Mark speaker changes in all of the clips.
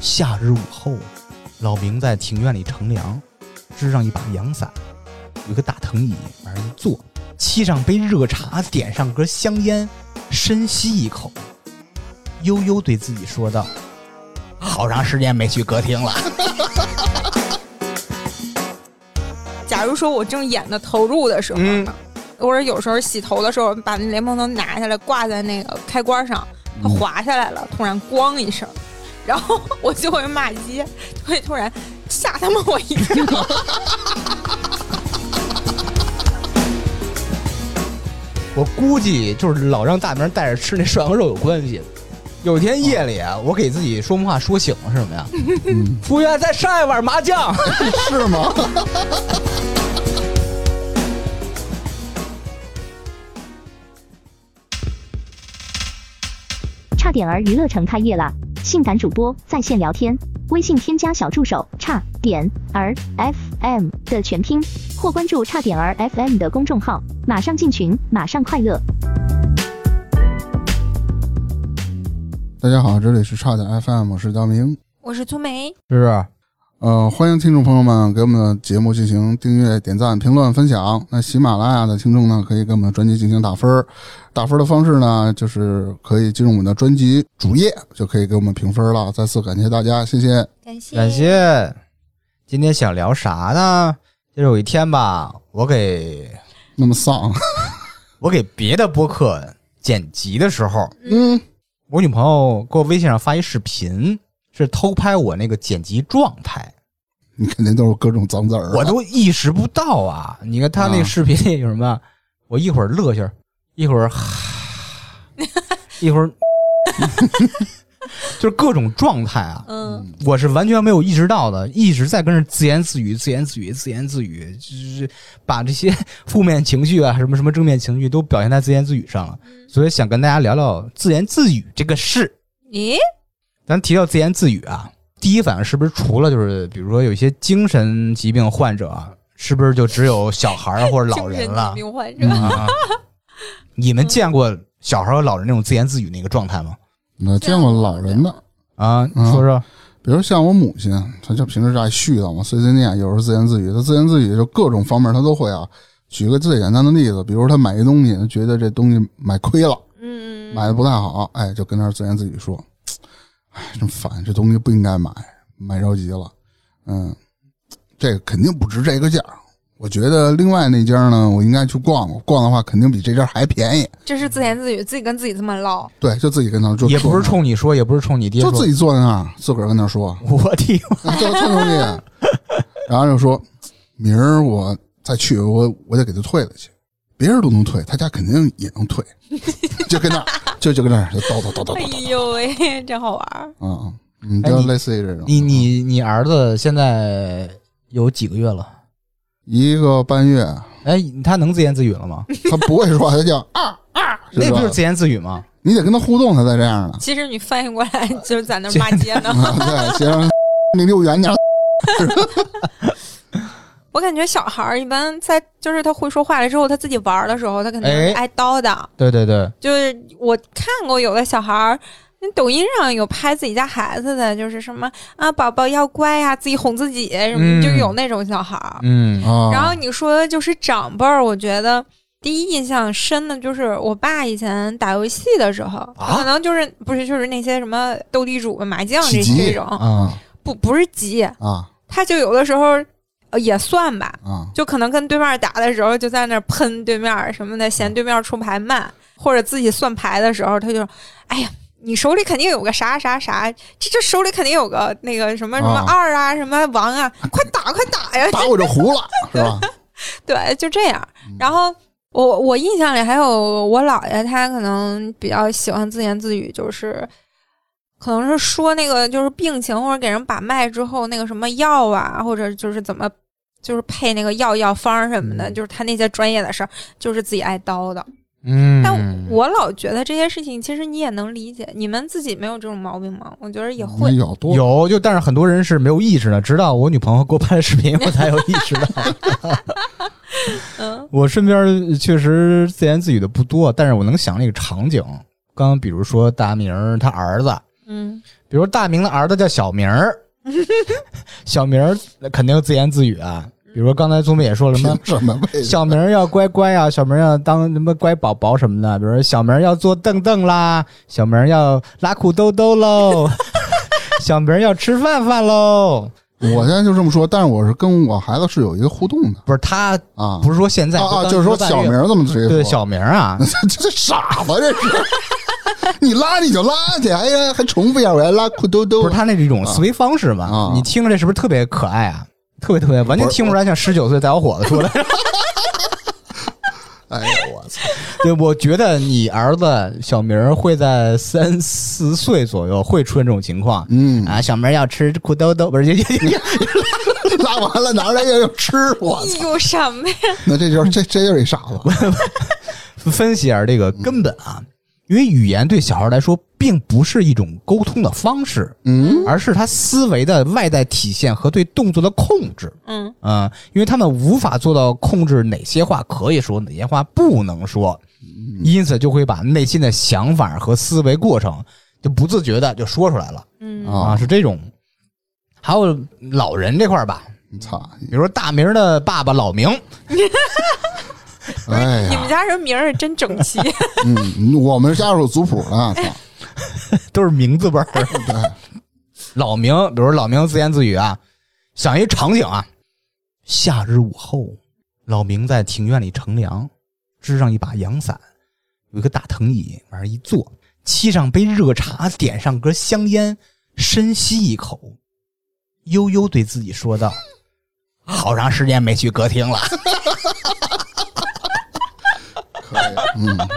Speaker 1: 夏日午后，老明在庭院里乘凉，支上一把阳伞，有一个大藤椅往上一坐，沏上杯热茶，点上根香烟，深吸一口，悠悠对自己说道：“好长时间没去歌厅了。
Speaker 2: 假如说我正演的投入的时候
Speaker 1: 嗯
Speaker 2: 呢，或者有时候洗头的时候，把那莲蓬头拿下来挂在那个开关上，它
Speaker 1: 嗯
Speaker 2: 滑下来了，突然咣一声， 然后我就会骂街， 就会突然吓他们我一 跳。
Speaker 1: 我估计就是老让大明带着吃那涮羊肉有关系。有天夜里，啊我给自己说梦话说醒了是什么呀？服务员，再上一碗麻 酱。
Speaker 3: 是吗？
Speaker 4: 差点儿娱乐城开业了，性感主播在线聊天，微信添加小助手差点儿 FM 的全拼，或关注差点儿 FM 的公众号，马上进群，马上快乐。
Speaker 3: 大家好，这里是差点 FM，我是大明。
Speaker 2: 我是粗梅，
Speaker 1: 是不是？
Speaker 3: 呃，欢迎听众朋友们给我们的节目进行订阅、点赞、评论、分享。那喜马拉雅的听众呢，可以给我们的专辑进行打分儿。打分儿的方式呢，就是可以进入我们的专辑主页，就可以给我们评分了。再次感谢大家，谢谢。
Speaker 2: 感谢
Speaker 1: 感谢。今天想聊啥呢？就是有一天吧，我给
Speaker 3: 那么丧，
Speaker 1: 我给别的播客剪辑的时候，
Speaker 3: 嗯，
Speaker 1: 我女朋友给我微信上发一视频，是偷拍我那个剪辑状态，
Speaker 3: 你肯定都是各种脏字儿 啊。
Speaker 1: 我都意识不到啊！你看她那个视频里有什么？我一会儿乐下，一会儿 哈，一会儿， 就是各种状态啊。
Speaker 2: 嗯，
Speaker 1: 我是完全没有意识到的，一直在跟着自言自语、自言自语、自言自语，就是把这些负面情绪啊、什么什么正面情绪都表现在自言自语上了。所以想跟大家聊聊自言自语这个事。
Speaker 2: 咦，
Speaker 1: 咱提到自言自语啊，第一反应是不是除了就是比如说有一些精神疾病患者啊，是不是就只有小孩儿或者老
Speaker 2: 精神
Speaker 1: 人
Speaker 2: 疾
Speaker 1: 了？
Speaker 2: 病患者，
Speaker 3: 嗯，
Speaker 1: 啊，你们见过小孩儿和老人那种自言自语那个状态吗？
Speaker 3: 那见过老人的，
Speaker 1: 啊，说说，
Speaker 3: 比如像我母亲，她就平时爱絮叨嘛，碎碎念，有时候自言自语，她自言自语就各种方面她都会啊。举个最简单的例子，比如她买一东西，觉得这东西买亏了，
Speaker 2: 嗯，
Speaker 3: 买的不太好，哎，就跟那儿自言自语说：“哎，真烦，这东西不应该买，买着急了，嗯，这肯定不值这个价儿。我觉得另外那家呢，我应该去逛逛，逛的话肯定比这家还便宜。
Speaker 2: 这是自言自语，自己跟自己这么唠，
Speaker 3: 对，就自己跟他就
Speaker 1: 也不是
Speaker 3: 说
Speaker 1: 冲你说，也不是冲你爹
Speaker 3: 就
Speaker 1: 说，
Speaker 3: 自己坐在那儿，自个儿跟他说，
Speaker 1: 我听。
Speaker 3: 就臭兄弟，啊 然后就说明儿我再去，我我得给他退了去，别人都能退，他家肯定也能退，就跟那儿就就跟那儿就叨叨叨叨
Speaker 2: 哎
Speaker 3: 叨叨
Speaker 2: 呦喂， 真好玩儿，。
Speaker 3: 啊，嗯嗯，就类似于这种，
Speaker 1: 哎你你你儿子现在有几个月了？
Speaker 3: 一个半月，
Speaker 1: 哎，他能自言自语了吗？
Speaker 3: 他不会说，他叫啊啊，
Speaker 1: 那不就是
Speaker 3: 吧
Speaker 1: 自言自语吗？
Speaker 3: 你得跟他互动，他才这样呢
Speaker 2: 其实你翻译过来就是在那儿骂街 呢。
Speaker 3: 啊，对，先让你离我远点儿。
Speaker 2: 我感觉小孩儿一般在就是他会说话了之后，他自己玩儿的时候，他肯定
Speaker 1: 哎
Speaker 2: 爱叨叨。
Speaker 1: 对对对，
Speaker 3: 啊
Speaker 2: 就是我看过有的小孩儿，那抖音上有拍自己家孩子的，就是什么啊，宝宝要乖呀、自己哄自己什么，
Speaker 1: 嗯
Speaker 2: 就有那种小孩儿。
Speaker 1: 嗯
Speaker 3: 啊，
Speaker 2: 然后你说就是长辈儿，我觉得。第一印象深的就是我爸以前打游戏的时候，
Speaker 1: 啊
Speaker 2: 可能就是不是就是那些什么斗地主、麻将这
Speaker 3: 起急
Speaker 2: 这种，
Speaker 1: 啊，
Speaker 2: 不不是急，
Speaker 3: 啊
Speaker 2: 他就有的时候、呃、也算吧，
Speaker 3: 啊，
Speaker 2: 就可能跟对面打的时候就在那儿喷对面儿什么的，嫌对面儿出牌慢，或者自己算牌的时候，他就，哎呀，你手里肯定有个啥啥啥，这这手里肯定有个那个什么什么
Speaker 3: 啊
Speaker 2: 二啊，什么王啊，快打快打呀！
Speaker 3: 打我就糊了，是吧？
Speaker 2: 对，就这样。
Speaker 1: 嗯
Speaker 2: 然后我我印象里还有我姥爷，他可能比较喜欢自言自语，就是。可能是说那个就是病情，或者给人把脉之后那个什么药啊，或者就是怎么就是配那个药药方儿什么的，
Speaker 1: 嗯
Speaker 2: 就是他那些专业的事儿，就是自己爱叨叨。
Speaker 1: 嗯
Speaker 2: 但我老觉得这些事情其实你也能理解，你们自己没有这种毛病吗？我觉得也会
Speaker 3: 那。有多
Speaker 1: 有就，但是很多人是没有意识的，直到我女朋友给我拍的视频，我才有意 识到。
Speaker 2: 嗯
Speaker 1: 我身边确实自言自语的不多，但是我能想那个场景。刚刚比如说大明儿他儿子，
Speaker 2: 嗯
Speaker 1: 比如大明的儿子叫小明 儿，小明儿肯定自言自语啊。比如刚才聪明也说了什么
Speaker 3: 凭什么 为
Speaker 1: 小明儿要乖乖啊，小明儿要当什么乖宝宝什么的，比如说小明儿要坐凳凳啦，小明儿要拉裤兜兜 喽，小明儿要吃饭饭喽。
Speaker 3: 我现在就这么说，但是我是跟我孩子是有一个互动的
Speaker 1: 不是他，
Speaker 3: 啊，
Speaker 1: 不是说现在，
Speaker 3: 啊
Speaker 1: 我
Speaker 3: 啊，
Speaker 1: 刚
Speaker 3: 就是说
Speaker 1: 半
Speaker 3: 小
Speaker 1: 月
Speaker 3: 名儿这么直接
Speaker 1: 对
Speaker 3: 说，
Speaker 1: 小明儿啊
Speaker 3: 这这傻子这是，你拉你就拉去，哎呀还重复一下，我还拉裤兜兜，
Speaker 1: 不是他那这种思维方式嘛？
Speaker 3: 啊
Speaker 1: 你听着这是不是特别可爱啊？特别特别，完全听不出来像十九岁大小伙子出 来。
Speaker 3: 哎呀我操，
Speaker 1: 对，我觉得你儿子小明儿会在三四岁左右会出现这种情况。
Speaker 3: 嗯，
Speaker 1: 啊，小明儿要吃裤兜兜，不是
Speaker 3: 拉完了拿出来又要吃，我 操，
Speaker 2: 有哎什
Speaker 1: 啊
Speaker 2: 么呀？
Speaker 3: 那这就是这这就是一傻子，
Speaker 1: 分析一下这个根本啊，因为语言对小孩来说并不是一种沟通的方式，
Speaker 3: 嗯，
Speaker 1: 而是他思维的外在体现和对动作的控制。
Speaker 2: 嗯
Speaker 1: 嗯，因为他们无法做到控制哪些话可以说，哪些话不能说，因此就会把内心的想法和思维过程就不自觉的就说出来了
Speaker 2: 嗯
Speaker 1: 啊，
Speaker 3: 啊，
Speaker 1: 是这种。还有老人这块儿吧，
Speaker 3: 你操，
Speaker 1: 比如说大明儿的爸爸老明，
Speaker 3: 哎
Speaker 2: 你们
Speaker 3: 呀，
Speaker 2: 家人名儿真整齐，
Speaker 3: 嗯，我们家属族谱呢，操，
Speaker 1: 都是名字辈儿。 老明，比如老明自言自语啊，想一场景啊，夏日午后，老明在庭院里乘凉，支上一把阳伞，有一个大藤椅，往上一坐，沏上杯热茶，点上根香烟，深吸一口，悠悠对自己说道：“好长时间没去歌厅了。
Speaker 3: 可以，嗯。哎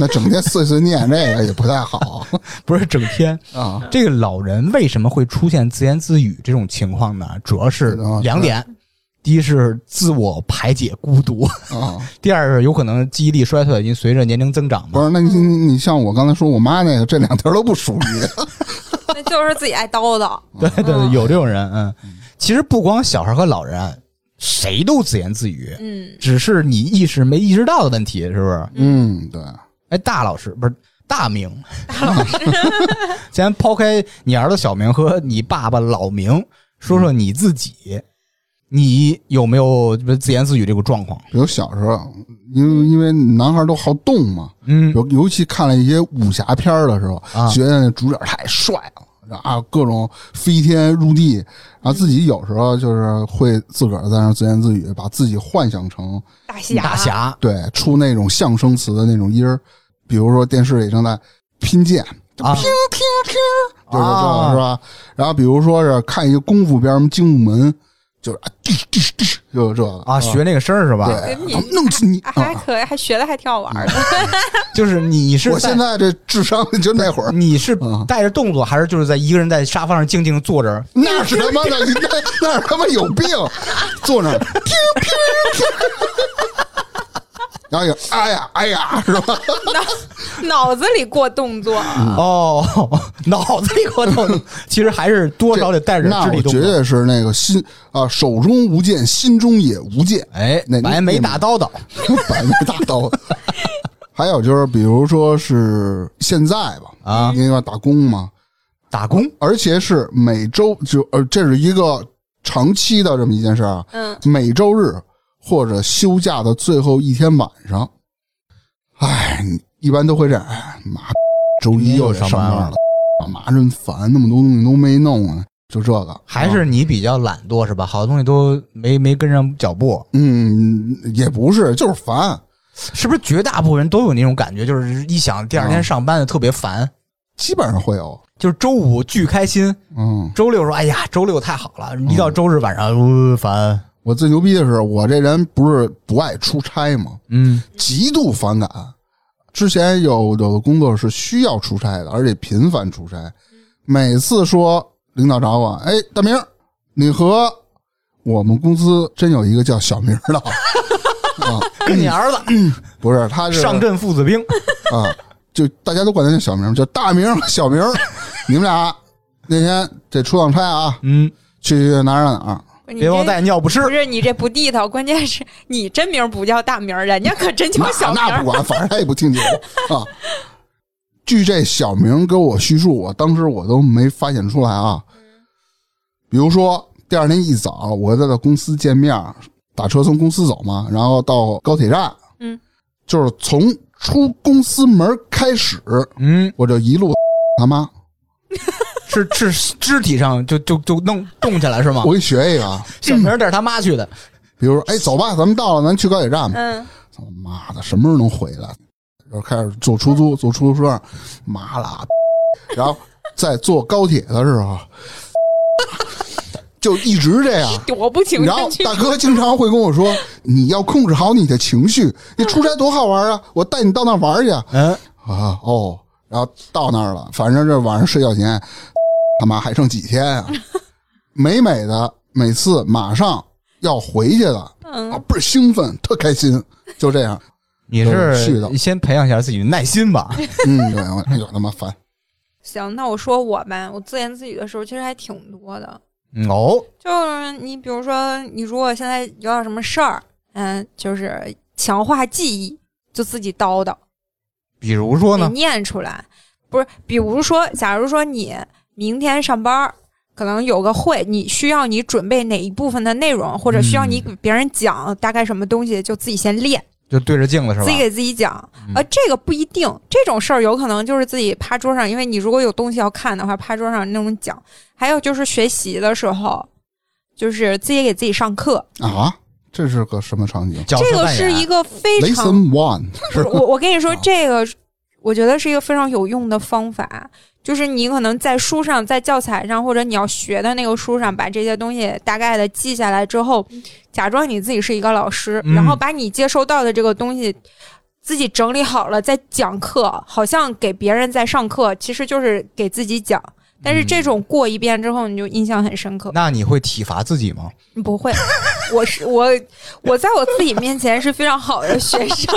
Speaker 3: 那整天碎碎念这个也不太好”
Speaker 1: 不是整天，
Speaker 3: 啊，
Speaker 1: 这个老人为什么会出现自言自语这种情况呢？主要是两点：第一是自我排解孤独，
Speaker 3: 啊，
Speaker 1: 第二是有可能记忆力衰退，因为随着年龄增长
Speaker 3: 不
Speaker 1: 嘛。
Speaker 3: 是，那你你你像我刚才说我妈那个，这两条都不属于，
Speaker 2: 那就是自己爱叨叨。
Speaker 1: 对对对，有这种人，嗯，其实不光小孩和老人，谁都自言自语，
Speaker 2: 嗯，
Speaker 1: 只是你意识没意识到的问题，是不是？
Speaker 3: 嗯，对，
Speaker 1: 哎，大老师不是大明， 大老师，咱抛开你儿子小明和你爸爸老明，说说你自己，你有没有不是自言自语这个状况？
Speaker 3: 比如小时候，因为因为男孩都好动嘛，
Speaker 1: 嗯，
Speaker 3: 尤尤其看了一些武侠片儿的时候，
Speaker 1: 啊
Speaker 3: 觉得那主角太帅了。然后啊，各种飞天入地，然后自己有时候就是会自个儿在那儿自言自语，把自己幻想成
Speaker 2: 大侠，
Speaker 1: 大，侠，啊
Speaker 3: 对出那种象声词的那种音儿，比如说电视里正在拼剑，就
Speaker 1: 啊
Speaker 3: 拼拼拼，就是这种、
Speaker 1: 啊
Speaker 3: 是吧？然后比如说是看一个功夫片儿，什么精武门，就是啊，滴滴滴，就是这个
Speaker 1: 啊，学那个声儿是吧？
Speaker 3: 对
Speaker 2: 你，
Speaker 3: 弄死你！
Speaker 2: 啊还
Speaker 3: 啊
Speaker 2: 可以，还学的还挺好玩的。
Speaker 1: 就是你是
Speaker 3: 我现在这智商就那会儿，
Speaker 1: 你是
Speaker 3: 嗯
Speaker 1: 带着动作，还是就是在一个人在沙发上静静坐着？
Speaker 3: 那是他妈的，那那是他妈有 病，坐 那儿，乒乒乒，然后有哎呀哎呀，是吧？
Speaker 2: 脑子里过动作，啊
Speaker 3: 嗯
Speaker 1: 哦， 脑子里活动，其实还是多少得带着
Speaker 3: 那
Speaker 1: 肢
Speaker 3: 我
Speaker 1: 体动
Speaker 3: 绝
Speaker 1: 作。
Speaker 3: 对是那个心啊，手中无剑，心中也无剑，
Speaker 1: 哎，
Speaker 3: 那
Speaker 1: 白眉大叨叨，
Speaker 3: 百没大 刀。还有就是，比如说是现在吧，
Speaker 1: 啊
Speaker 3: 因为要打工嘛，
Speaker 1: 打工
Speaker 3: 而且是每周就呃，这是一个长期的这么一件事儿啊。
Speaker 2: 嗯，
Speaker 3: 每周日或者休假的最后一天晚上，哎，你一般都会这样。哎，妈，周一又得上班了，妈真烦，那么多东西都没弄啊，就这个。啊
Speaker 1: 还是你比较懒惰是吧？好多东西都没没跟上脚步，
Speaker 3: 嗯，也不是，就是烦。
Speaker 1: 是不是？绝大部分人都有那种感觉，就是一想第二天上班就特别烦，
Speaker 3: 基本上会有，
Speaker 1: 就是周五巨开心，
Speaker 3: 嗯，
Speaker 1: 周六说哎呀周六太好了，一到周日晚上、呃烦，
Speaker 3: 我最牛逼的是，我这人不是不爱出差吗？
Speaker 1: 嗯
Speaker 3: 极度反感。之前有有的工作是需要出差的，而且频繁出差，每次说领导找我，哎，大明儿，你和我们公司真有一个叫小明儿的，啊，
Speaker 1: 跟你儿子、
Speaker 3: 不是，他是
Speaker 1: 上阵父子兵，
Speaker 3: 啊，就大家都管他叫小明儿，叫大明儿、小明儿，你们俩那天这出趟差啊，
Speaker 1: 嗯，
Speaker 3: 去去哪儿哪儿哪儿，
Speaker 2: 你
Speaker 1: 别忘
Speaker 2: 这
Speaker 1: 带尿不湿
Speaker 2: 不。是你这不地道，关键是你真 名不叫大名儿，人家可真叫小名
Speaker 3: 那那
Speaker 2: 儿
Speaker 3: 不。管，反正他也不听节目啊。据这小明给我叙述，我当时我都没发现出来啊。比如说第二天一早，我在他公司见面，打车从公司走嘛，然后到高铁站，
Speaker 2: 嗯，
Speaker 3: 就是从出公司门开始，
Speaker 1: 嗯，
Speaker 3: 我就一路 他妈，
Speaker 1: 是是肢体上就就就弄动起来是吗
Speaker 3: 我？给你学一个啊，
Speaker 1: 小明儿这是他妈去的，
Speaker 3: 比如说，哎，走吧，咱们到了，咱去高铁站吧。
Speaker 2: 嗯，
Speaker 3: 操妈的，什么时候能回来？然后开始坐出租，坐出租车，麻了，然后在坐高铁的时候，就一直这 样。
Speaker 2: 我不情
Speaker 3: 然后大哥经常会跟我说：“你要控制好你的情绪，你出差多好玩啊！我带你到那玩去啊
Speaker 1: 嗯，！”
Speaker 3: 哦，然后到那儿了，反正这晚上睡觉前，他妈还剩几天啊？美美的，每次马上要回去了，啊，
Speaker 2: 嗯，
Speaker 3: 倍儿兴奋，特开心，就这样。
Speaker 1: 你
Speaker 3: 有趣
Speaker 1: 是
Speaker 3: 的
Speaker 1: 先培养一下自己的耐心吧。
Speaker 3: 嗯，对，我哎呦他妈烦，
Speaker 2: 行，那我说我吧，我自言自语的时候其实还挺多的，
Speaker 1: 嗯哦，
Speaker 2: 就是你比如说，你如果现在有点什么事儿，嗯，就是强化记忆，就自己叨叨。
Speaker 1: 比如说
Speaker 2: 得
Speaker 1: 呢，
Speaker 2: 念出来。不是，比如说，假如说你明天上班儿，可能有个会，你需要你准备哪一部分的内容，或者需要
Speaker 1: 嗯
Speaker 2: 你给别人讲大概什么东西，就自己先练，
Speaker 1: 就对着镜子是吧
Speaker 2: 自己？给自己讲。
Speaker 1: 嗯
Speaker 2: 呃，这个不一定，这种事儿有可能就是自己趴桌上，因为你如果有东西要看的话，趴桌上那种讲。还有就是学习的时候，就是自己给自己上课，
Speaker 3: 啊！这是个什么场景
Speaker 1: 角色
Speaker 2: 这个
Speaker 1: 扮演
Speaker 2: 是一个非常
Speaker 3: ？Lesson One
Speaker 2: 不是我，我跟你说
Speaker 3: 啊，
Speaker 2: 这个我觉得是一个非常有用的方法，就是你可能在书上、在教材上，或者你要学的那个书上，把这些东西大概的记下来之后，假装你自己是一个老师，
Speaker 1: 嗯
Speaker 2: 然后把你接收到的这个东西。自己整理好了再讲课，好像给别人在上课，其实就是给自己讲。但是这种过一遍之后，你就印象很深刻。
Speaker 1: 那你会体罚自己吗？
Speaker 2: 不会，我是我，我在我自己面前是非常好的学生。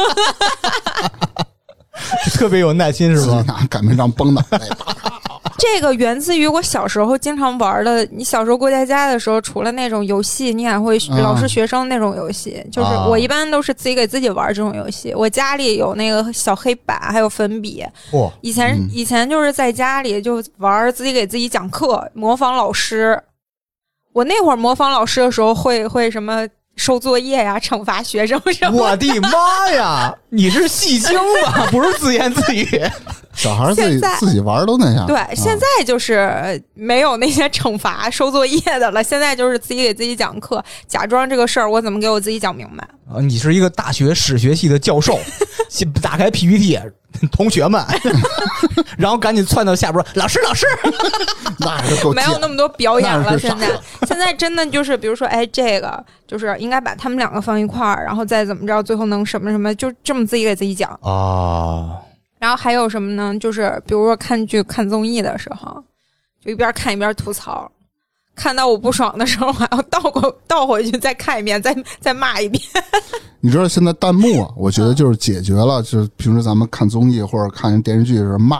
Speaker 1: 特别有耐心
Speaker 3: 自
Speaker 1: 是
Speaker 3: 己啊
Speaker 1: 吗？
Speaker 3: 拿擀面杖崩脑袋，
Speaker 2: 这个源自于我小时候经常玩的。你小时候过家家的时候，除了那种游戏，你还会
Speaker 3: 啊
Speaker 2: 老师学生那种游戏。就是
Speaker 1: 啊
Speaker 2: 我一般都是自己给自己玩这种游戏。我家里有那个小黑板，还有粉笔。
Speaker 1: 嚯、
Speaker 2: 以前、
Speaker 3: 嗯
Speaker 2: 以前就是在家里就玩，自己给自己讲课，模仿老师。我那会儿模仿老师的时候会，会什么收作业呀、惩罚学生什么。
Speaker 1: 我的妈呀！你是戏精吧？ 不是自言自语。
Speaker 3: 小孩自
Speaker 2: 现
Speaker 3: 己
Speaker 2: 在
Speaker 3: 自己玩都那样。
Speaker 2: 对
Speaker 3: 啊，
Speaker 2: 现在就是没有那些惩罚收作业的了，现在就是自己给自己讲课，假装这个事儿我怎么给我自己讲明白。
Speaker 1: 啊，你是一个大学史学系的教 授，先打开 PPT，同学 们，然后赶紧窜到下边，老师，老师，
Speaker 3: 那是够
Speaker 2: 没有那
Speaker 3: 贱。
Speaker 2: 么多表演
Speaker 3: 那
Speaker 2: 了。
Speaker 3: 是
Speaker 2: 现 在现在真的就是，比如说，哎，这个就是应该把他们两个放一块儿，然后再怎么着，最后能什么什么，就这么自己给自己讲。
Speaker 1: 啊，
Speaker 2: 然后还有什么呢？就是比如说看剧、看综艺的时候，就一边看一边吐槽。看到我不爽的时候，我还要倒过倒回去再看一遍，再再骂一遍。
Speaker 3: 你知道现在弹幕啊，我觉得就是解决了，就是平时咱们看综艺或者看电视剧时候 骂，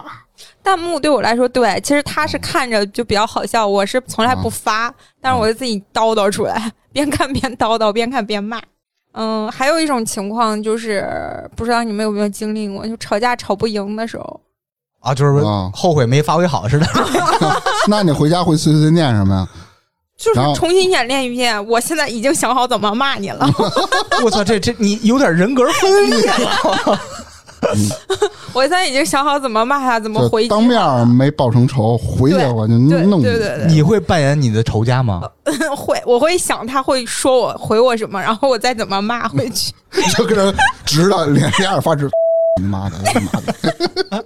Speaker 2: 弹幕对我来说，对，其实他是看着就比较好笑，我是从
Speaker 3: 啊
Speaker 2: 来不发，但是我就自己叨叨出来， 边看边叨叨，边看边骂。嗯，还有一种情况就是，不知道你们有没有经历过，就吵架吵不赢的时候，
Speaker 1: 啊，就是
Speaker 3: 啊
Speaker 1: 后悔没发挥好似 的。
Speaker 3: 那你回家会碎碎念什么呀？
Speaker 2: 就是
Speaker 3: 然后
Speaker 2: 重新演练一遍。我现在已经想好怎么骂你 了，
Speaker 1: 我操，这这你有点人格分裂啊了。
Speaker 2: 我现在已经想好怎么骂他，怎么回
Speaker 3: 就
Speaker 2: 击。
Speaker 3: 当面没报成仇，回去
Speaker 2: 对
Speaker 3: 我就
Speaker 2: 对
Speaker 3: 弄你。
Speaker 2: 对对
Speaker 1: 你会扮演你的仇家吗？
Speaker 2: 对，会我会想他会说我回我什么，然后我再怎么骂回去。
Speaker 3: 就跟这直的脸脸耳发直， 你妈的，你 妈的，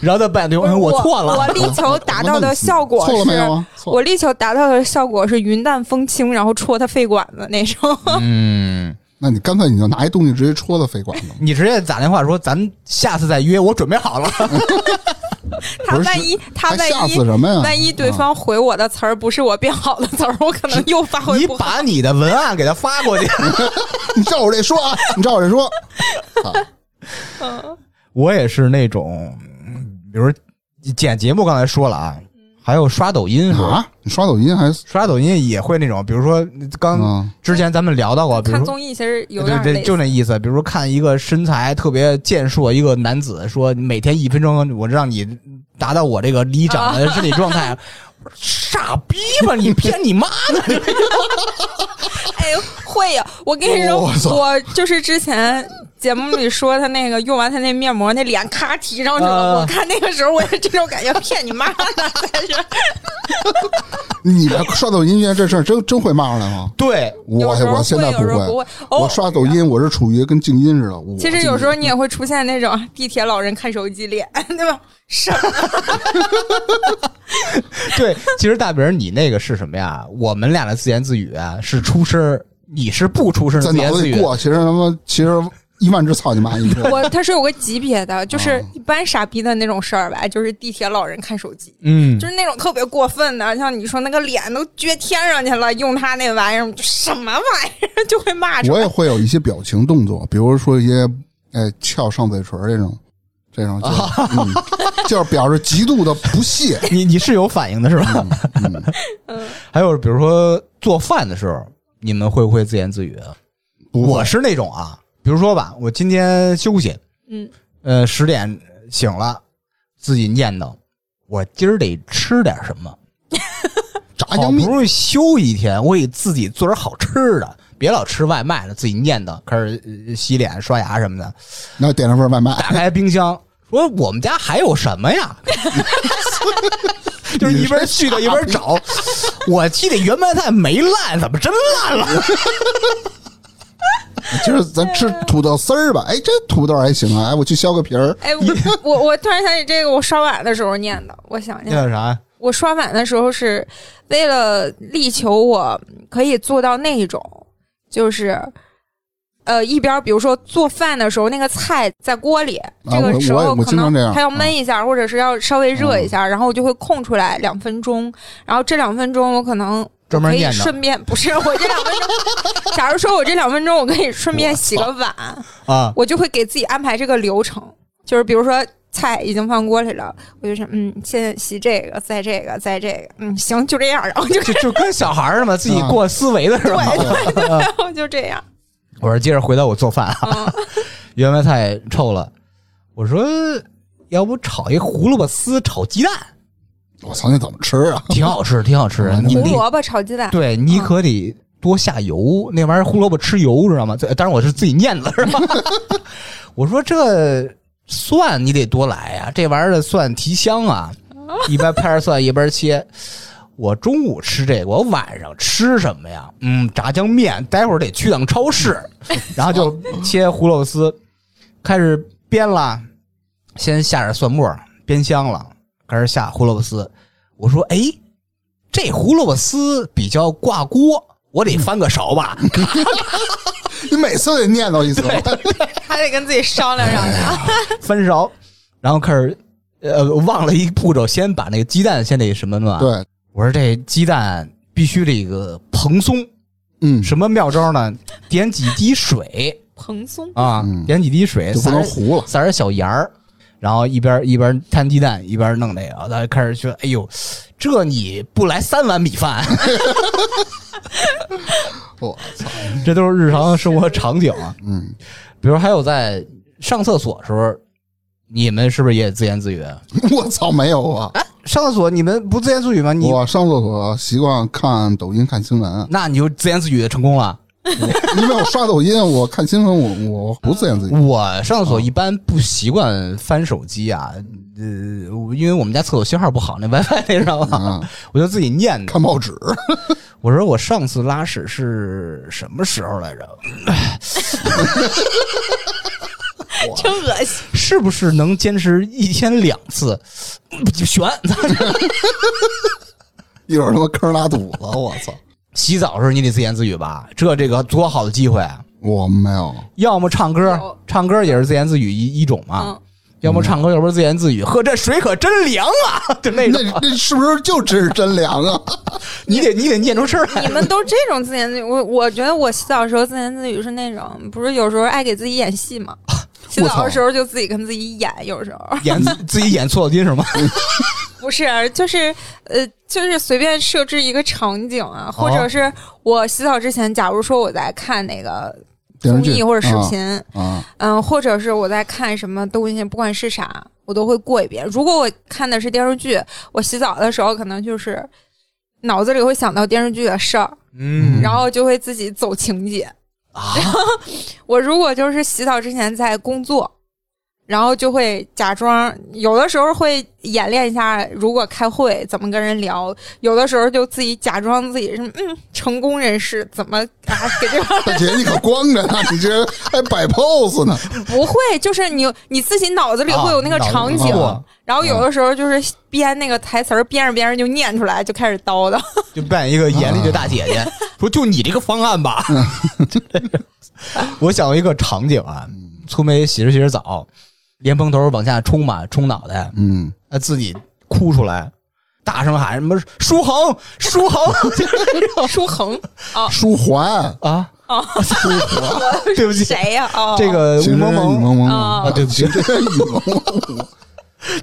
Speaker 1: 然后再扮演对
Speaker 2: 不
Speaker 1: 方，
Speaker 2: 是
Speaker 1: 嗯
Speaker 2: 我
Speaker 1: 错了
Speaker 2: 我。力求达到的效果
Speaker 3: 错了没
Speaker 2: 是
Speaker 3: 有啊？错
Speaker 2: 我力求达到的效果是云淡风轻，然后戳他肺管子那种。
Speaker 1: 嗯，
Speaker 3: 那你干脆你就拿一东西直接戳他肺管子嘛。
Speaker 1: 你直接打电话说，咱下次再约，我准备好了。
Speaker 2: 他
Speaker 3: 不是
Speaker 2: 万一他
Speaker 3: 还
Speaker 2: 万
Speaker 3: 吓死嗯
Speaker 2: 一
Speaker 3: 什么呀？
Speaker 2: 万一对方回我的词儿不是我编好的词儿，我可能又发挥
Speaker 1: 你
Speaker 2: 不好。
Speaker 1: 把你的文案给他发 过去。
Speaker 3: 你照我这说啊，你照我 这说，
Speaker 1: 我也是那种，嗯比如说剪节目，刚才说了啊，还有刷抖音是吧？
Speaker 3: 啊，你刷抖音还
Speaker 1: 刷抖音也会那种，比如说刚
Speaker 3: 啊
Speaker 1: 之前咱们聊到过，比
Speaker 2: 看
Speaker 1: 如说。
Speaker 2: 综艺其实有
Speaker 1: 对
Speaker 2: 点
Speaker 1: 对，
Speaker 2: 类似
Speaker 1: 就那意思。比如说看一个身材特别健硕一个男子，说每天一分钟，我让你达到我这个理长 的身体状态。我说傻逼吧，你骗你 妈呢！
Speaker 2: 哎呦，会呀！我跟你说，
Speaker 3: 哦我操
Speaker 2: 我就是之前节目里说他那个用完他那面膜，那脸咔提上去
Speaker 1: 啊
Speaker 2: 了。
Speaker 3: 嗯
Speaker 2: 我看那个时候，我也这种感觉，骗你妈呢！才是
Speaker 3: 你们刷抖音这事儿真真会骂上来吗？
Speaker 1: 对，
Speaker 3: 我
Speaker 2: 有时候
Speaker 3: 我现在
Speaker 2: 会，有时候不会。
Speaker 3: 会，
Speaker 2: 哦
Speaker 3: 我，刷抖音我是处于跟静音似的。我
Speaker 2: 其实有时
Speaker 3: 候
Speaker 2: 候你也会出现那种地铁老人看手机脸，对吧？什么？
Speaker 1: 对，其实大饼，你那个是什么呀？我们俩的自言自语啊，是出声儿，你是不出声儿
Speaker 3: 在
Speaker 1: 自言
Speaker 3: 脑子
Speaker 1: 自
Speaker 3: 里
Speaker 1: 语。
Speaker 3: 过，其实他妈其实一万只操你妈一个。
Speaker 2: 我他是有个级别的，
Speaker 3: 哦
Speaker 2: 就是一般傻逼的那种事儿吧，就是地铁老人看手机。
Speaker 1: 嗯，
Speaker 2: 就是那种特别过分的，像你说那个脸都撅天上去了，用他那玩意儿，就什么玩意儿 就会骂出
Speaker 3: 我也
Speaker 2: 来。
Speaker 3: 会有一些表情动作，比如说一些哎翘上嘴唇儿这种，这种就是、
Speaker 1: 啊
Speaker 3: 嗯、就是表示极度的不屑。
Speaker 1: 你你是有反应的是吧？
Speaker 3: 嗯，
Speaker 1: 还有比如说做饭的时候，你们会不会自言自语？啊
Speaker 3: 不
Speaker 1: 我
Speaker 3: 会，
Speaker 1: 是那种啊，比如说吧，我今天休息，
Speaker 2: 嗯，
Speaker 1: 呃，十点醒了，自己念叨，我今儿得吃点什么。
Speaker 3: 炸
Speaker 1: 好
Speaker 3: 酱
Speaker 1: 哦不
Speaker 3: 面
Speaker 1: 容易休一天，我给自己做点好吃的，别老吃外卖了，自己念叨，开始呃洗脸、刷牙什么的。
Speaker 3: 那点了份外卖，
Speaker 1: 打开冰箱，说我们家还有什么呀？ 就是一边絮叨一边找， 我记得圆白菜没烂，怎么真烂了？
Speaker 3: 今儿咱吃土豆丝儿吧。哎，这土豆还行啊。哎，我去削个皮儿。
Speaker 2: 哎，我我我突然想起这个，我刷碗的时候念的，我想
Speaker 1: 那
Speaker 2: 想，
Speaker 1: 叫啥？
Speaker 2: 我刷碗的时候是为了力求我可以做到那一种，就是。呃，一边比如说做饭的时候，那个菜在锅里，这
Speaker 3: 啊我
Speaker 2: 个时
Speaker 3: 我也
Speaker 2: 候
Speaker 3: 我
Speaker 2: 可
Speaker 3: 经常这
Speaker 2: 能
Speaker 3: 样啊嗯
Speaker 2: 它要焖一下，或者是要稍微热一下，然后我就会空出来两分钟，然后这两分钟我可能
Speaker 1: 专门
Speaker 2: 可以
Speaker 1: 念叨
Speaker 2: 顺便不是我这两分钟， 假如说我这两分钟我可以顺便洗个碗，
Speaker 1: 啊！
Speaker 2: 我就会给自己安排这个流程，就是比如说菜已经放锅里了，我就是嗯，先洗这个，再这个，再这个，嗯，行，就这样，然后就
Speaker 1: 就就跟小孩儿嘛，自己过思维的是吧？
Speaker 2: 哎然后就这样，
Speaker 1: 我说接着回到我做饭啊，
Speaker 2: 嗯，
Speaker 1: 圆白菜臭了，我说要不炒一胡萝卜丝炒鸡 蛋，
Speaker 3: 我操，那怎么吃啊？
Speaker 1: 挺好吃，挺好吃的。你
Speaker 2: 胡
Speaker 1: 得
Speaker 2: 萝卜炒鸡蛋，
Speaker 1: 对你可得多下油，那玩意儿胡萝卜吃油知道吗？这当然我是自己念的，是吧？我说这蒜你得多来呀、这玩意儿的蒜提香啊，一边拍着蒜一边切。我中午吃这个，我晚上吃什么呀？嗯，炸酱面，待会儿得去趟超市，然后就切胡萝卜丝，开始煸了，先下点蒜末，煸香了，开始下胡萝卜丝。我说，哎，这胡萝卜丝比较挂锅，我得翻个勺吧。
Speaker 3: 嗯你每次得念叨 一次。
Speaker 2: 还得跟自己商量商量，
Speaker 1: 翻勺，然后开始，呃，忘了一步骤，先把那个鸡蛋先得什么嘛？，
Speaker 3: 对，
Speaker 1: 我说这鸡蛋必须得一个蓬松，
Speaker 3: 嗯，
Speaker 1: 什么妙招呢？点几滴水
Speaker 2: 蓬 松，
Speaker 1: 啊，
Speaker 3: 嗯
Speaker 1: 点几滴水，
Speaker 3: 就不
Speaker 1: 撒点
Speaker 3: 能糊了。
Speaker 1: 撒点小盐儿，然后一边一边摊鸡蛋，一边弄这个，他开始说：“哎呦，这你不来三碗米饭，
Speaker 3: 我 操，
Speaker 1: 这都是日常生活场景 啊。”
Speaker 3: 嗯，
Speaker 1: 比如还有在上厕所的时候，你们是不是也自言自语？
Speaker 3: 我操，没有啊。
Speaker 1: 上厕所你们不自言自语吗？你
Speaker 3: 我上厕所习惯看抖音、看新闻，
Speaker 1: 那你就自言自语成功了。
Speaker 3: 因为我刷抖音，我看新闻，我我不自言自
Speaker 2: 嗯
Speaker 3: 语。
Speaker 1: 我上厕所一般不习惯翻手机啊，呃，因为我们家厕所信号不好，那 WiFi 那知道吧？我就自己念叨。
Speaker 3: 看报纸，
Speaker 1: 我说我上次拉屎是什么时候来着？
Speaker 2: 真恶心，
Speaker 1: 是不是能坚持一天两次？悬！
Speaker 3: 一会儿他妈坑拉肚子，我操！
Speaker 1: 洗澡的时候你得自言自语吧？这这个多好的机会啊！
Speaker 3: 我没有，
Speaker 1: 要么唱歌
Speaker 2: 有，
Speaker 1: 唱歌也是自言自语一一种嘛。
Speaker 2: 嗯，
Speaker 1: 要么唱歌，要不然自言自语。呵，这水可真凉啊！ 就那
Speaker 3: 那
Speaker 1: 种，
Speaker 3: 那是不是就真是真凉啊？
Speaker 1: 你得你得念出声来。
Speaker 2: 你们都这种自言自语，我我觉得我洗澡的时候自言自语是那种，不是有时候爱给自己演戏 嘛，洗
Speaker 3: 我
Speaker 2: 澡
Speaker 3: 操
Speaker 2: 的时候就自己跟自己演，有时候。
Speaker 1: 演自己演错音是吗？
Speaker 2: 不是，就是呃，就是随便设置一个场景啊，或
Speaker 3: 哦
Speaker 2: 者是我洗澡之前，假如说我在看那个
Speaker 3: 电 视
Speaker 2: 综
Speaker 3: 剧
Speaker 2: 艺或者视频，
Speaker 3: 啊啊，
Speaker 2: 嗯，或者是我在看什么东西，不管是啥，我都会过一遍。如果我看的是电视剧，我洗澡的时候可能就是脑子里会想到电视剧的事儿，
Speaker 1: 嗯
Speaker 2: 然后就会自己走情节。
Speaker 1: 啊，
Speaker 2: 我如果就是洗澡之前在工作，然后就会假装，有的时候会演练一下，如果开会怎么跟人聊，有的时候就自己假装自己是嗯成功人士，怎么啊给这帮
Speaker 3: 大姐你可光着呢，你这还摆 pose 呢？
Speaker 2: 不会，就是你 你自己脑子里会有那个场景，
Speaker 1: 啊
Speaker 2: 然后有的时候就是编那个台词儿，编着编着就念出来，就开始叨 叨。
Speaker 1: 就扮一个严厉的大姐姐， 说就你这个方案吧。 我想到一个场景啊，粗眉洗着洗着澡，莲蓬头往下冲嘛，冲脑袋，
Speaker 3: 嗯，
Speaker 1: 她自己哭出来，大声喊什么“舒恒，舒恒
Speaker 2: 舒恒，
Speaker 3: 舒桓”，
Speaker 1: 啊！
Speaker 2: 哦
Speaker 3: 舒桓，
Speaker 1: 对不起，
Speaker 2: 谁呀、哦，
Speaker 1: 这个
Speaker 3: 其
Speaker 1: 吴
Speaker 3: 实
Speaker 1: 萌
Speaker 3: 雨
Speaker 1: 萌
Speaker 3: 蒙蒙
Speaker 2: 啊
Speaker 1: 啊，对 不起，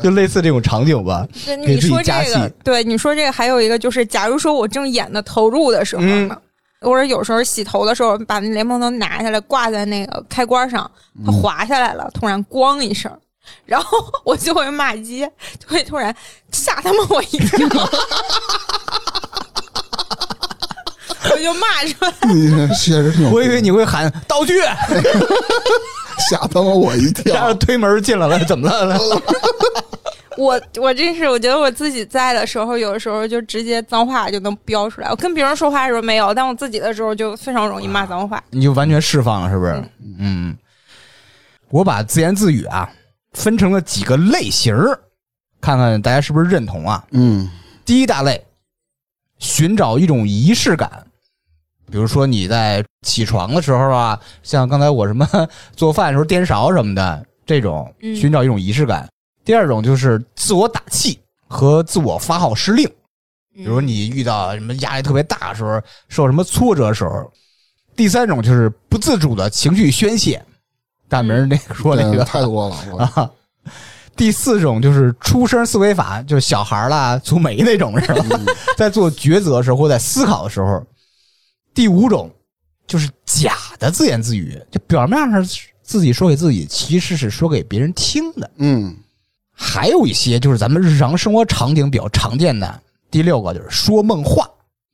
Speaker 1: 就类似这种场景 吧。
Speaker 2: 对
Speaker 1: 给
Speaker 2: 你
Speaker 1: 自己
Speaker 2: 说这
Speaker 1: 加
Speaker 2: 个
Speaker 1: 戏，
Speaker 2: 对你说这个还有一个就是，假如说我正演的投入的时候
Speaker 1: 嗯
Speaker 2: 呢，或者有时候洗头的时候，把那莲蓬头拿下来挂在那个开关上，它
Speaker 1: 嗯
Speaker 2: 滑下来了，突然咣一声。然后 我就会骂街，就会突然吓他们我一跳， 我就骂出来。
Speaker 3: 你确实挺有
Speaker 1: 我以为你会喊道 具，
Speaker 3: 吓他妈我一
Speaker 1: 然后
Speaker 3: 跳。
Speaker 1: 推门进来了，怎么了呢？
Speaker 2: 我我真是，我觉得我自己在的时候，有的时候就直接脏话就能飙出来。我跟别人说话的时候没有，但我自己的时候就非常容易骂脏话。
Speaker 1: 你就完全释放了，是不是？嗯，我把自言自语啊分成了几个类型儿，看看大家是不是认同啊？
Speaker 3: 嗯
Speaker 1: 第一大类，寻找一种仪式感，比如说你在起床的时候啊，像刚才我什么做饭的时候颠勺什么的这种，
Speaker 2: 嗯
Speaker 1: 寻找一种仪式感。第二种就是自我打气和自我发号施令。
Speaker 2: 比
Speaker 1: 比如你遇到什么压力特别大的时候，受什么挫折的时候。第三种就是不自主的情绪宣泄，大明儿那个说那
Speaker 3: 对
Speaker 1: 个
Speaker 3: 嗯太多了，我
Speaker 1: 啊。第四种就是出生思维法，就是小孩儿啦、粗眉那种是吧？ 在做抉择的时候或在思考的时候。第五种就是假的自言自语，就表面上是自己说给自己，其实是说给别人听的。
Speaker 3: 嗯
Speaker 1: 还有一些就是咱们日常生活场景比较常见的。第六个就是说梦话，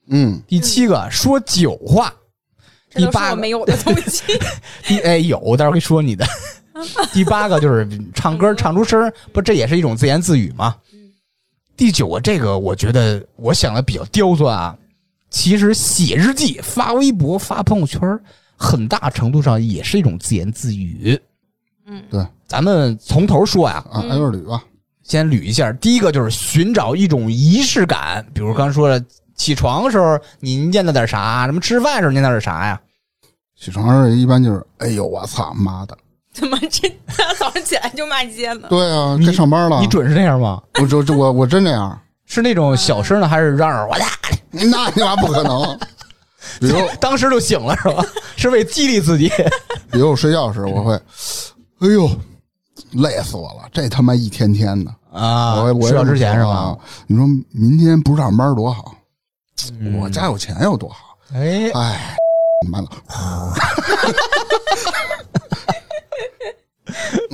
Speaker 3: 嗯
Speaker 1: 第七个说酒话，
Speaker 2: 这都
Speaker 1: 第八
Speaker 2: 是
Speaker 1: 个
Speaker 2: 我没有的东西。
Speaker 1: 第哎有，我待会儿给说你的。第八个就是唱歌唱出声儿，不这也是一种自言自语吗？第九个这个我觉得我想的比较刁钻啊，其实写日记、发微博、发朋友圈儿，很大程度上也是一种自言自语。
Speaker 2: 嗯，
Speaker 3: 对
Speaker 1: 咱们从头说呀、
Speaker 3: 啊，挨个捋吧。
Speaker 1: 先捋一下，第一个就是寻找一种仪式感，比如刚说了，起床的时候你念叨点啥，什么吃饭的时候念叨点啥呀？
Speaker 3: 起床时候一般就是，哎呦我操妈的！
Speaker 2: 怎么这大早上起来就骂街呢？
Speaker 3: 对啊，
Speaker 1: 你
Speaker 3: 该上班了。
Speaker 1: 你准是这样吗？
Speaker 3: 我这这我我真这样，
Speaker 1: 是那种小声的，还是嚷嚷我的？
Speaker 3: 那你妈不可能。比如
Speaker 1: 当时就醒了是 吧？是为激励自己？
Speaker 3: 比如我睡觉时我会，哎呦，累死我了，这他妈一天天的。
Speaker 1: 啊
Speaker 3: 我我
Speaker 1: 睡觉之前是
Speaker 3: 啊
Speaker 1: 吧？？
Speaker 3: 你说明天不上班多好，
Speaker 1: 嗯
Speaker 3: 我家有钱有多好？
Speaker 1: 哎，
Speaker 3: 哎，妈了，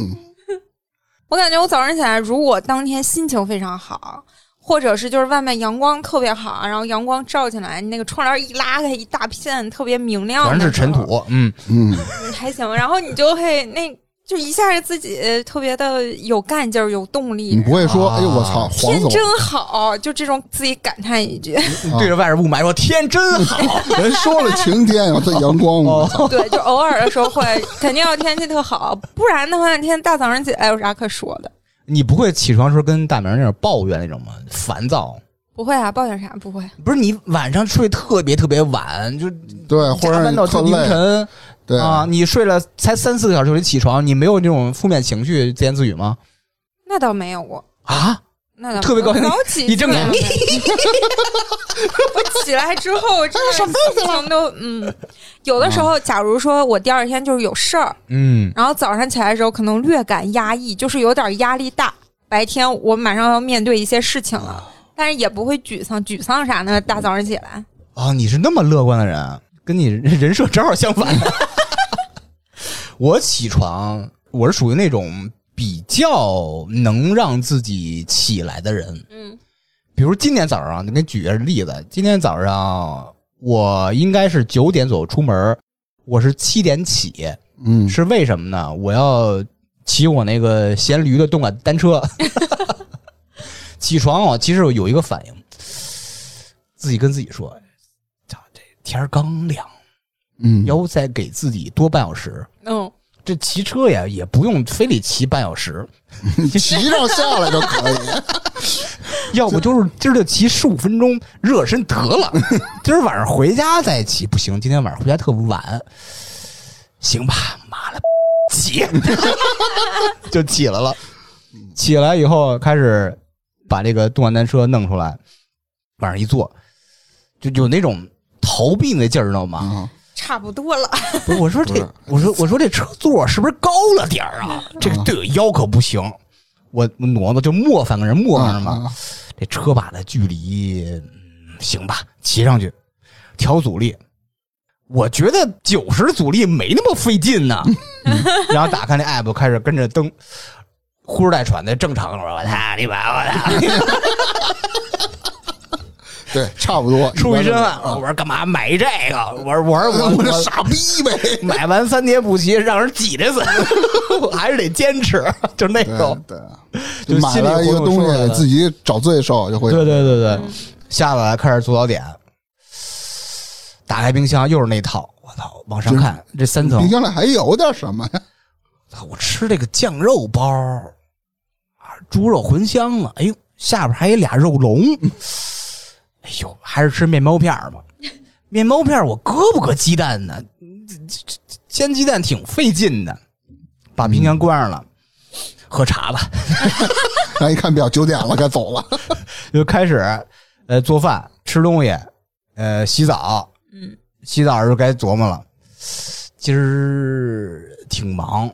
Speaker 2: 我感觉我早上起来，如果当天心情非常好，或者是就是外面阳光特别好，然后阳光照进来，你那个窗帘一拉开，一大片特别明亮，
Speaker 1: 全是尘，土，嗯，
Speaker 3: 嗯，
Speaker 2: 嗯还行。然后你就会那就一下子自己特别的有干劲儿，有动力，
Speaker 3: 你不会说，
Speaker 1: 啊
Speaker 3: 哎呦我操，黄
Speaker 2: 天
Speaker 3: 总，
Speaker 2: 真好，就这种自己感叹一 句，
Speaker 1: 对着外边雾霾说天真好，
Speaker 3: 人说了晴天， 我这阳光，我操，
Speaker 2: 对，就偶尔的时候会，肯定要天气特好，不然的话，天大早上起来有啥可说的？
Speaker 1: 你不会起床时候跟大明那种抱怨那种吗？烦躁。
Speaker 2: 不会啊，抱怨啥不会。
Speaker 1: 不是你晚上睡特别特别晚，就
Speaker 3: 对，或
Speaker 1: 加
Speaker 3: 者
Speaker 1: 班
Speaker 3: 你
Speaker 1: 到
Speaker 3: 特
Speaker 1: 凌
Speaker 3: 累，
Speaker 1: 晨
Speaker 3: 对
Speaker 1: 啊！你睡了才三四个小时就得起床，你没有那种负面情绪自言自语吗？
Speaker 2: 那倒没有过，
Speaker 1: 啊，
Speaker 2: 那倒
Speaker 1: 特别高兴
Speaker 2: 早起
Speaker 1: 一睁眼
Speaker 2: 基本上我起来之后，真的什么心情都嗯，有的时
Speaker 3: 嗯
Speaker 2: 候，假如说我第二天就是有事儿，
Speaker 1: 嗯，
Speaker 2: 然后早上起来的时候可能略感压抑，就是有点压力大，白天我马上要面对一些事情了，
Speaker 3: 啊
Speaker 2: 但是也不会沮丧，沮丧啥呢？大早上起来，
Speaker 1: 啊，你是那么乐观的人，啊跟你人 人设正好相反。 我起床，我是属于那种比较能让自己起来的人。
Speaker 2: 嗯，
Speaker 1: 比如今天早上，你给你举个例子，今天早上我应该是九点左右出门，我是七点起，
Speaker 3: 嗯，
Speaker 1: 是为什么呢？我要骑我那个闲驴的动感单车。 起床啊，其实有一个反应，自己跟自己说：“操，这天儿刚亮，
Speaker 3: 嗯，
Speaker 1: 要不再给自己多半小时。
Speaker 2: 嗯，
Speaker 1: 这骑车呀，也不用非得骑半小时，
Speaker 3: 骑上下来就 可以。
Speaker 1: 要不就是今儿就骑十五分钟，热身得 了。今儿晚上回家再骑不行，今天晚上回家特晚，行吧，妈了，起 就起来了。起来以后开始把这个动感单车弄出来，往上一坐，就有那种逃避那劲儿，知道吗？
Speaker 3: 啊，
Speaker 2: 差不多了，
Speaker 1: 不是，我说
Speaker 3: 嗯不
Speaker 1: 这
Speaker 3: 是，
Speaker 1: 我说我说这车座是不是高了点儿啊？这个对我腰可不行。我我挪挪就磨翻个人磨翻嘛，
Speaker 3: 啊
Speaker 1: 这车把的距离、嗯行吧，骑上去调阻力。我觉得九十阻力没那么费劲 呢、然后打开那 app 开始跟着蹬，呼哧带喘的正常。我说我操你妈！我操！
Speaker 3: 对，差不多。
Speaker 1: 出一身汗
Speaker 3: 般。
Speaker 1: 我说干嘛买这个？我说我说我
Speaker 3: 都是，我
Speaker 1: 我
Speaker 3: 这傻逼呗。
Speaker 1: 买完三天不骑，让人挤这次， 我还是得坚持，就那 种
Speaker 3: 对。
Speaker 1: 就
Speaker 3: 对，就买了一个东
Speaker 1: 心里会有数
Speaker 3: 西，
Speaker 1: 的
Speaker 3: 自己找罪受就会。嗯
Speaker 1: 对对对对，下来开始做早点，打开冰箱又是那套，我操，往上看这三层
Speaker 3: 冰，箱里还有点什么呀？
Speaker 1: 操我吃这个酱肉包，啊，猪肉茴香了，哎呦，下边还有俩肉龙，哎呦，还是吃面包片儿吧。面包片儿我搁不搁鸡蛋呢？这这这煎鸡蛋挺费劲的，把冰
Speaker 3: 嗯
Speaker 1: 箱关上了，喝茶吧。
Speaker 3: 然后一看表，九点了，该走了。
Speaker 1: 就开始呃做饭、吃东西，呃洗澡，
Speaker 2: 嗯，
Speaker 1: 洗澡就该琢磨了。今儿挺忙，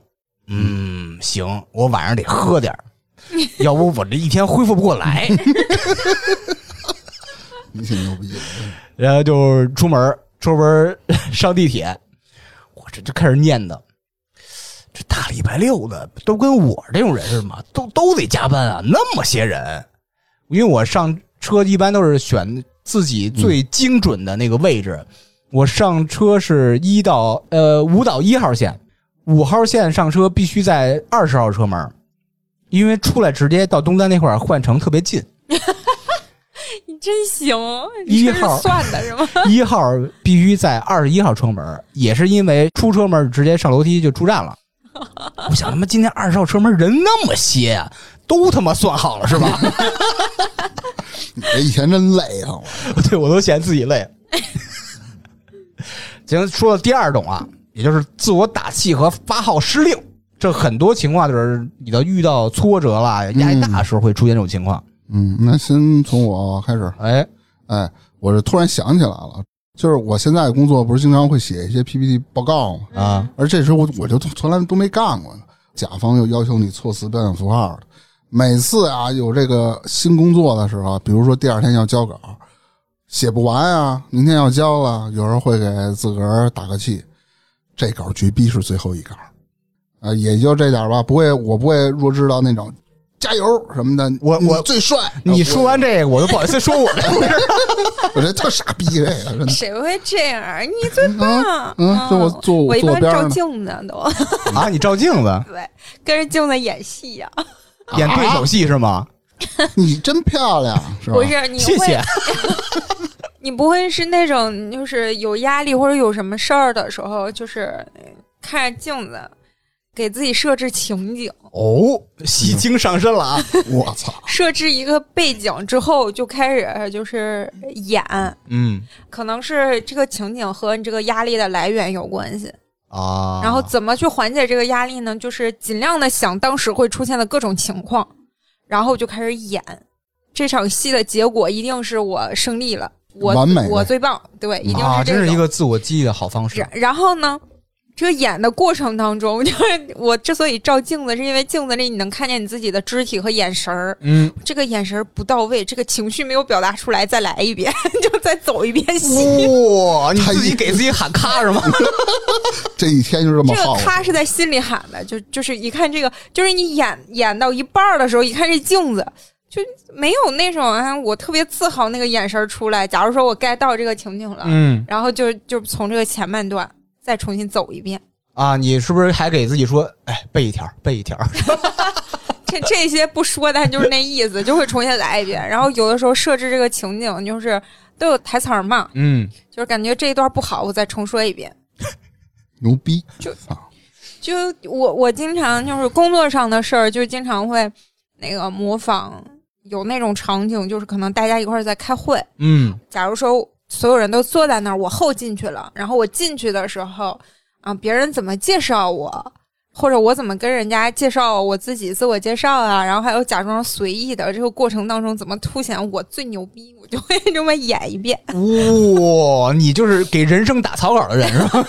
Speaker 1: 嗯，行，我晚上得喝点儿要不我这一天恢复不过来。
Speaker 3: 你挺牛逼的，
Speaker 1: 然后就出门儿，出门儿 上地铁，我这就开始念叨。这大礼拜六的都跟我这种人似的嘛，都都得加班啊，那么些人。因为我上车一般都是选自己最精准的那个位置，我上车是一到呃五到一号线，五号线上车必须在二十号车门儿，因为出来直接到东单那块儿换乘特别近。
Speaker 2: 你真行，
Speaker 1: 一
Speaker 2: 你这是
Speaker 1: 号
Speaker 2: 算的是吗？
Speaker 1: 一号必须在二十一号车门，也是因为出车门直接上楼梯就出站了。我想他妈今天二十号车门人那么些啊，都他妈算好了是吧？
Speaker 3: 你这一天真累啊！
Speaker 1: 对我都嫌自己累。 行，说到第二种啊，也就是自我打气和发号施令，这很多情况就是你的遇到挫折啦、压力大的时候会出现这种情况。
Speaker 3: 嗯，那先从我开始。
Speaker 1: 哎，
Speaker 3: 哎，我是突然想起来了，就是我现在工作不是经常会写一些 PPT 报告吗？
Speaker 1: 啊，
Speaker 3: 而这时候我我就从来都没干过呢。甲方又要求你措辞、标点符号的每次啊有这个新工作的时候，啊比如说第二天要交稿，写不完啊，明天要交了，有时候会给自个儿打个气，这稿绝逼是最后一稿，啊，也就这点儿吧，不会，我不会弱智到那种加油什么的，
Speaker 1: 我
Speaker 3: 你
Speaker 1: 我
Speaker 3: 最帅，
Speaker 1: 你
Speaker 3: 啊
Speaker 1: 说完这个，我都不好意思说我这个事儿了。
Speaker 3: 我这特傻逼这个，真的
Speaker 2: 谁会这样？你最棒！
Speaker 3: 嗯嗯就我坐
Speaker 2: 我一
Speaker 3: 坐
Speaker 2: 般
Speaker 3: 我边儿
Speaker 2: 照
Speaker 3: 呢
Speaker 2: 镜呢，都
Speaker 1: 啊！你照镜子
Speaker 2: 对，跟着镜子演戏啊呀、
Speaker 1: 演对手戏是吗？
Speaker 3: 你真漂亮， 是吧？
Speaker 2: 不是你
Speaker 1: 谢
Speaker 2: 会
Speaker 1: 谢。
Speaker 2: 你不会是那种就是有压力或者有什么事儿的时候，就是嗯看着镜子，给自己设置情景，
Speaker 1: 哦，戏精上身了啊！
Speaker 3: 我操，
Speaker 2: 设置一个背景之后，就开始呃就是演，
Speaker 1: 嗯
Speaker 2: 可能是这个情景和你这个压力的来源有关系。
Speaker 1: 啊，
Speaker 2: 然后怎么去缓解这个压力呢？就是尽量的想当时会出现的各种情况，然后就开始演这场戏的结果，一定是我胜利了，我
Speaker 3: 完美
Speaker 2: 我最棒，对，一定
Speaker 1: 啊，
Speaker 2: 是这
Speaker 1: 真
Speaker 2: 种。
Speaker 1: 是一个自我激励的好方式
Speaker 2: 然然后呢，这个演的过程当中， 就是我之所以照镜子，是因为镜子里你能看见你自己的肢体和眼神儿，
Speaker 1: 嗯，
Speaker 2: 这个眼神儿不到位，这个情绪没有表达出来，再来一遍， 就再走一遍戏。
Speaker 1: 哇、你
Speaker 3: 太
Speaker 1: 自己给自己喊咔是吗？
Speaker 3: 这一天就这么
Speaker 2: 这个
Speaker 3: 耗。
Speaker 2: 咔是在心里喊的，就就是一看这个，就是你演演到一半儿的时候，一看这镜子，就没有那种啊，我特别自豪那个眼神儿出来。假如说我 get 到这个情景 了，
Speaker 1: 嗯
Speaker 2: 然后就就从这个前半段再重新走一遍，
Speaker 1: 啊，你是不是还给自己说，哎，背一条，背一条？
Speaker 2: 这这些不说，但就是那意思，就会重新来一遍。然后有的时候设置这个情景，就是都有台词儿嘛，
Speaker 1: 嗯，
Speaker 2: 就是感觉这一段不好，我再重说一遍。
Speaker 3: 牛逼！
Speaker 2: 就
Speaker 3: 啊，
Speaker 2: 就我我经常就是工作上的事儿，就经常会那个模仿有那种场景，就是可能大家一块儿在开会，
Speaker 1: 嗯
Speaker 2: 假如说所有人都坐在那儿，我后进去了，然后我进去的时候啊，别人怎么介绍我，或者我怎么跟人家介绍我自己自我介绍啊，然后还有假装随意的这个过程当中，怎么凸显我最牛逼，我就会 这么演一遍。
Speaker 1: 哇、你就是给人生打草稿的人是吧？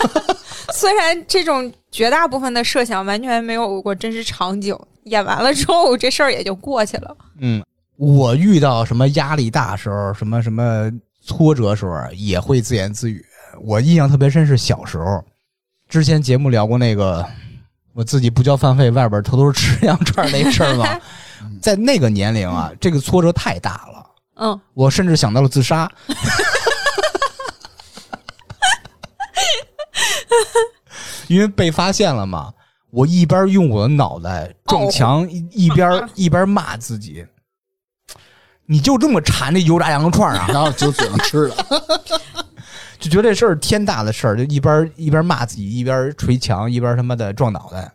Speaker 2: 虽然这种绝大部分的设想完全没有过真实场景，演完了之后这事儿也就过去了。
Speaker 1: 嗯，我遇到什么压力大时候，什么什么挫折时候，也会自言自语。我印象特别深是小时候，之前节目聊过那个我自己不交饭费，外边偷偷吃羊串儿那事儿嘛
Speaker 3: 嗯，
Speaker 1: 在那个年龄啊，这个挫折太大了。
Speaker 2: 嗯，
Speaker 1: 我甚至想到了自杀。因为被发现了嘛，我一边用我的脑袋撞墙，一一边一边骂自己：“你就这么馋这油炸羊肉串啊
Speaker 3: 然后就只能吃了。？”
Speaker 1: 就觉得这事儿天大的事儿，就一边一边骂自己，一边捶墙，一边他妈的撞脑袋。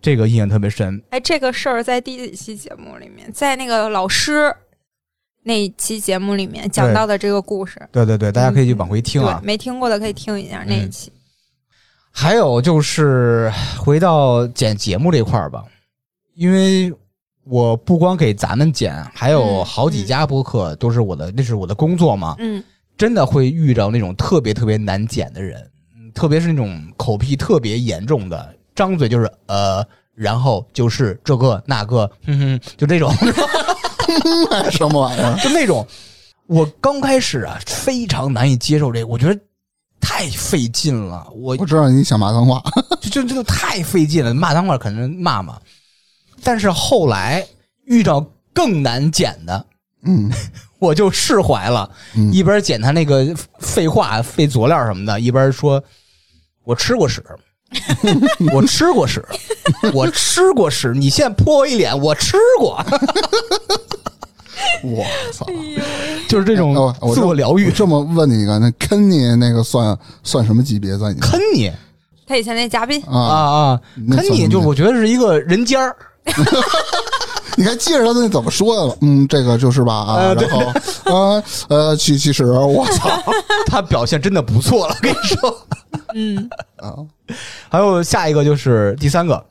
Speaker 1: 这个印象特别深。
Speaker 2: 哎，这个事儿在第几期节目里面，在那个老师那一期节目里面讲
Speaker 1: 对
Speaker 2: 到的这个故事，
Speaker 1: 对对对，大家可以去往回听啊
Speaker 2: 对，。没听过的可以听一下那一期。
Speaker 1: 还有就是回到剪节目这块儿吧，因为我不光给咱们剪，还有
Speaker 2: 嗯
Speaker 1: 好几家播客都是我的，那是我的工作嘛，
Speaker 2: 嗯
Speaker 1: 真的会遇到那种特别特别难剪的人，嗯特别是那种口癖特别严重的，张嘴就是呃，然后就是这个那个，哼哼，就这种，
Speaker 3: 哎 什么玩意儿？
Speaker 1: 就那种，我刚开始啊非常难以接受这个，我觉得太费劲了，我
Speaker 3: 我知道你想骂脏话，
Speaker 1: 就就这就太费劲了，骂脏话肯定骂嘛。但是后来遇到更难剪的，
Speaker 3: 嗯，
Speaker 1: 我就释怀了，
Speaker 3: 嗯
Speaker 1: 一边剪他那个废话、废佐料什么的，一边说：“我吃过屎， 我吃过屎，我吃过屎，你现在泼我一脸，我吃过。
Speaker 3: 我 操！”
Speaker 1: 就是这种
Speaker 3: 哦我
Speaker 1: 自我疗
Speaker 3: 我
Speaker 1: 愈，
Speaker 3: 这么问你一个，那坑你那个算算什么级别？在你
Speaker 1: 坑你
Speaker 2: 他以前那嘉宾，
Speaker 1: 啊
Speaker 3: 啊？
Speaker 1: 啊！
Speaker 3: 那
Speaker 1: 坑
Speaker 3: 算
Speaker 1: 你
Speaker 3: 什么
Speaker 1: 就
Speaker 3: 级
Speaker 1: 我觉得是一个人尖儿，
Speaker 3: 你还记着他那怎么说的了？嗯，这个就是吧啊，
Speaker 1: 呃对
Speaker 3: 然后啊呃，其其实我操
Speaker 1: 他表现真的不错了，跟你说。
Speaker 2: 嗯，
Speaker 3: 啊，
Speaker 1: 还有下一个就是第三个，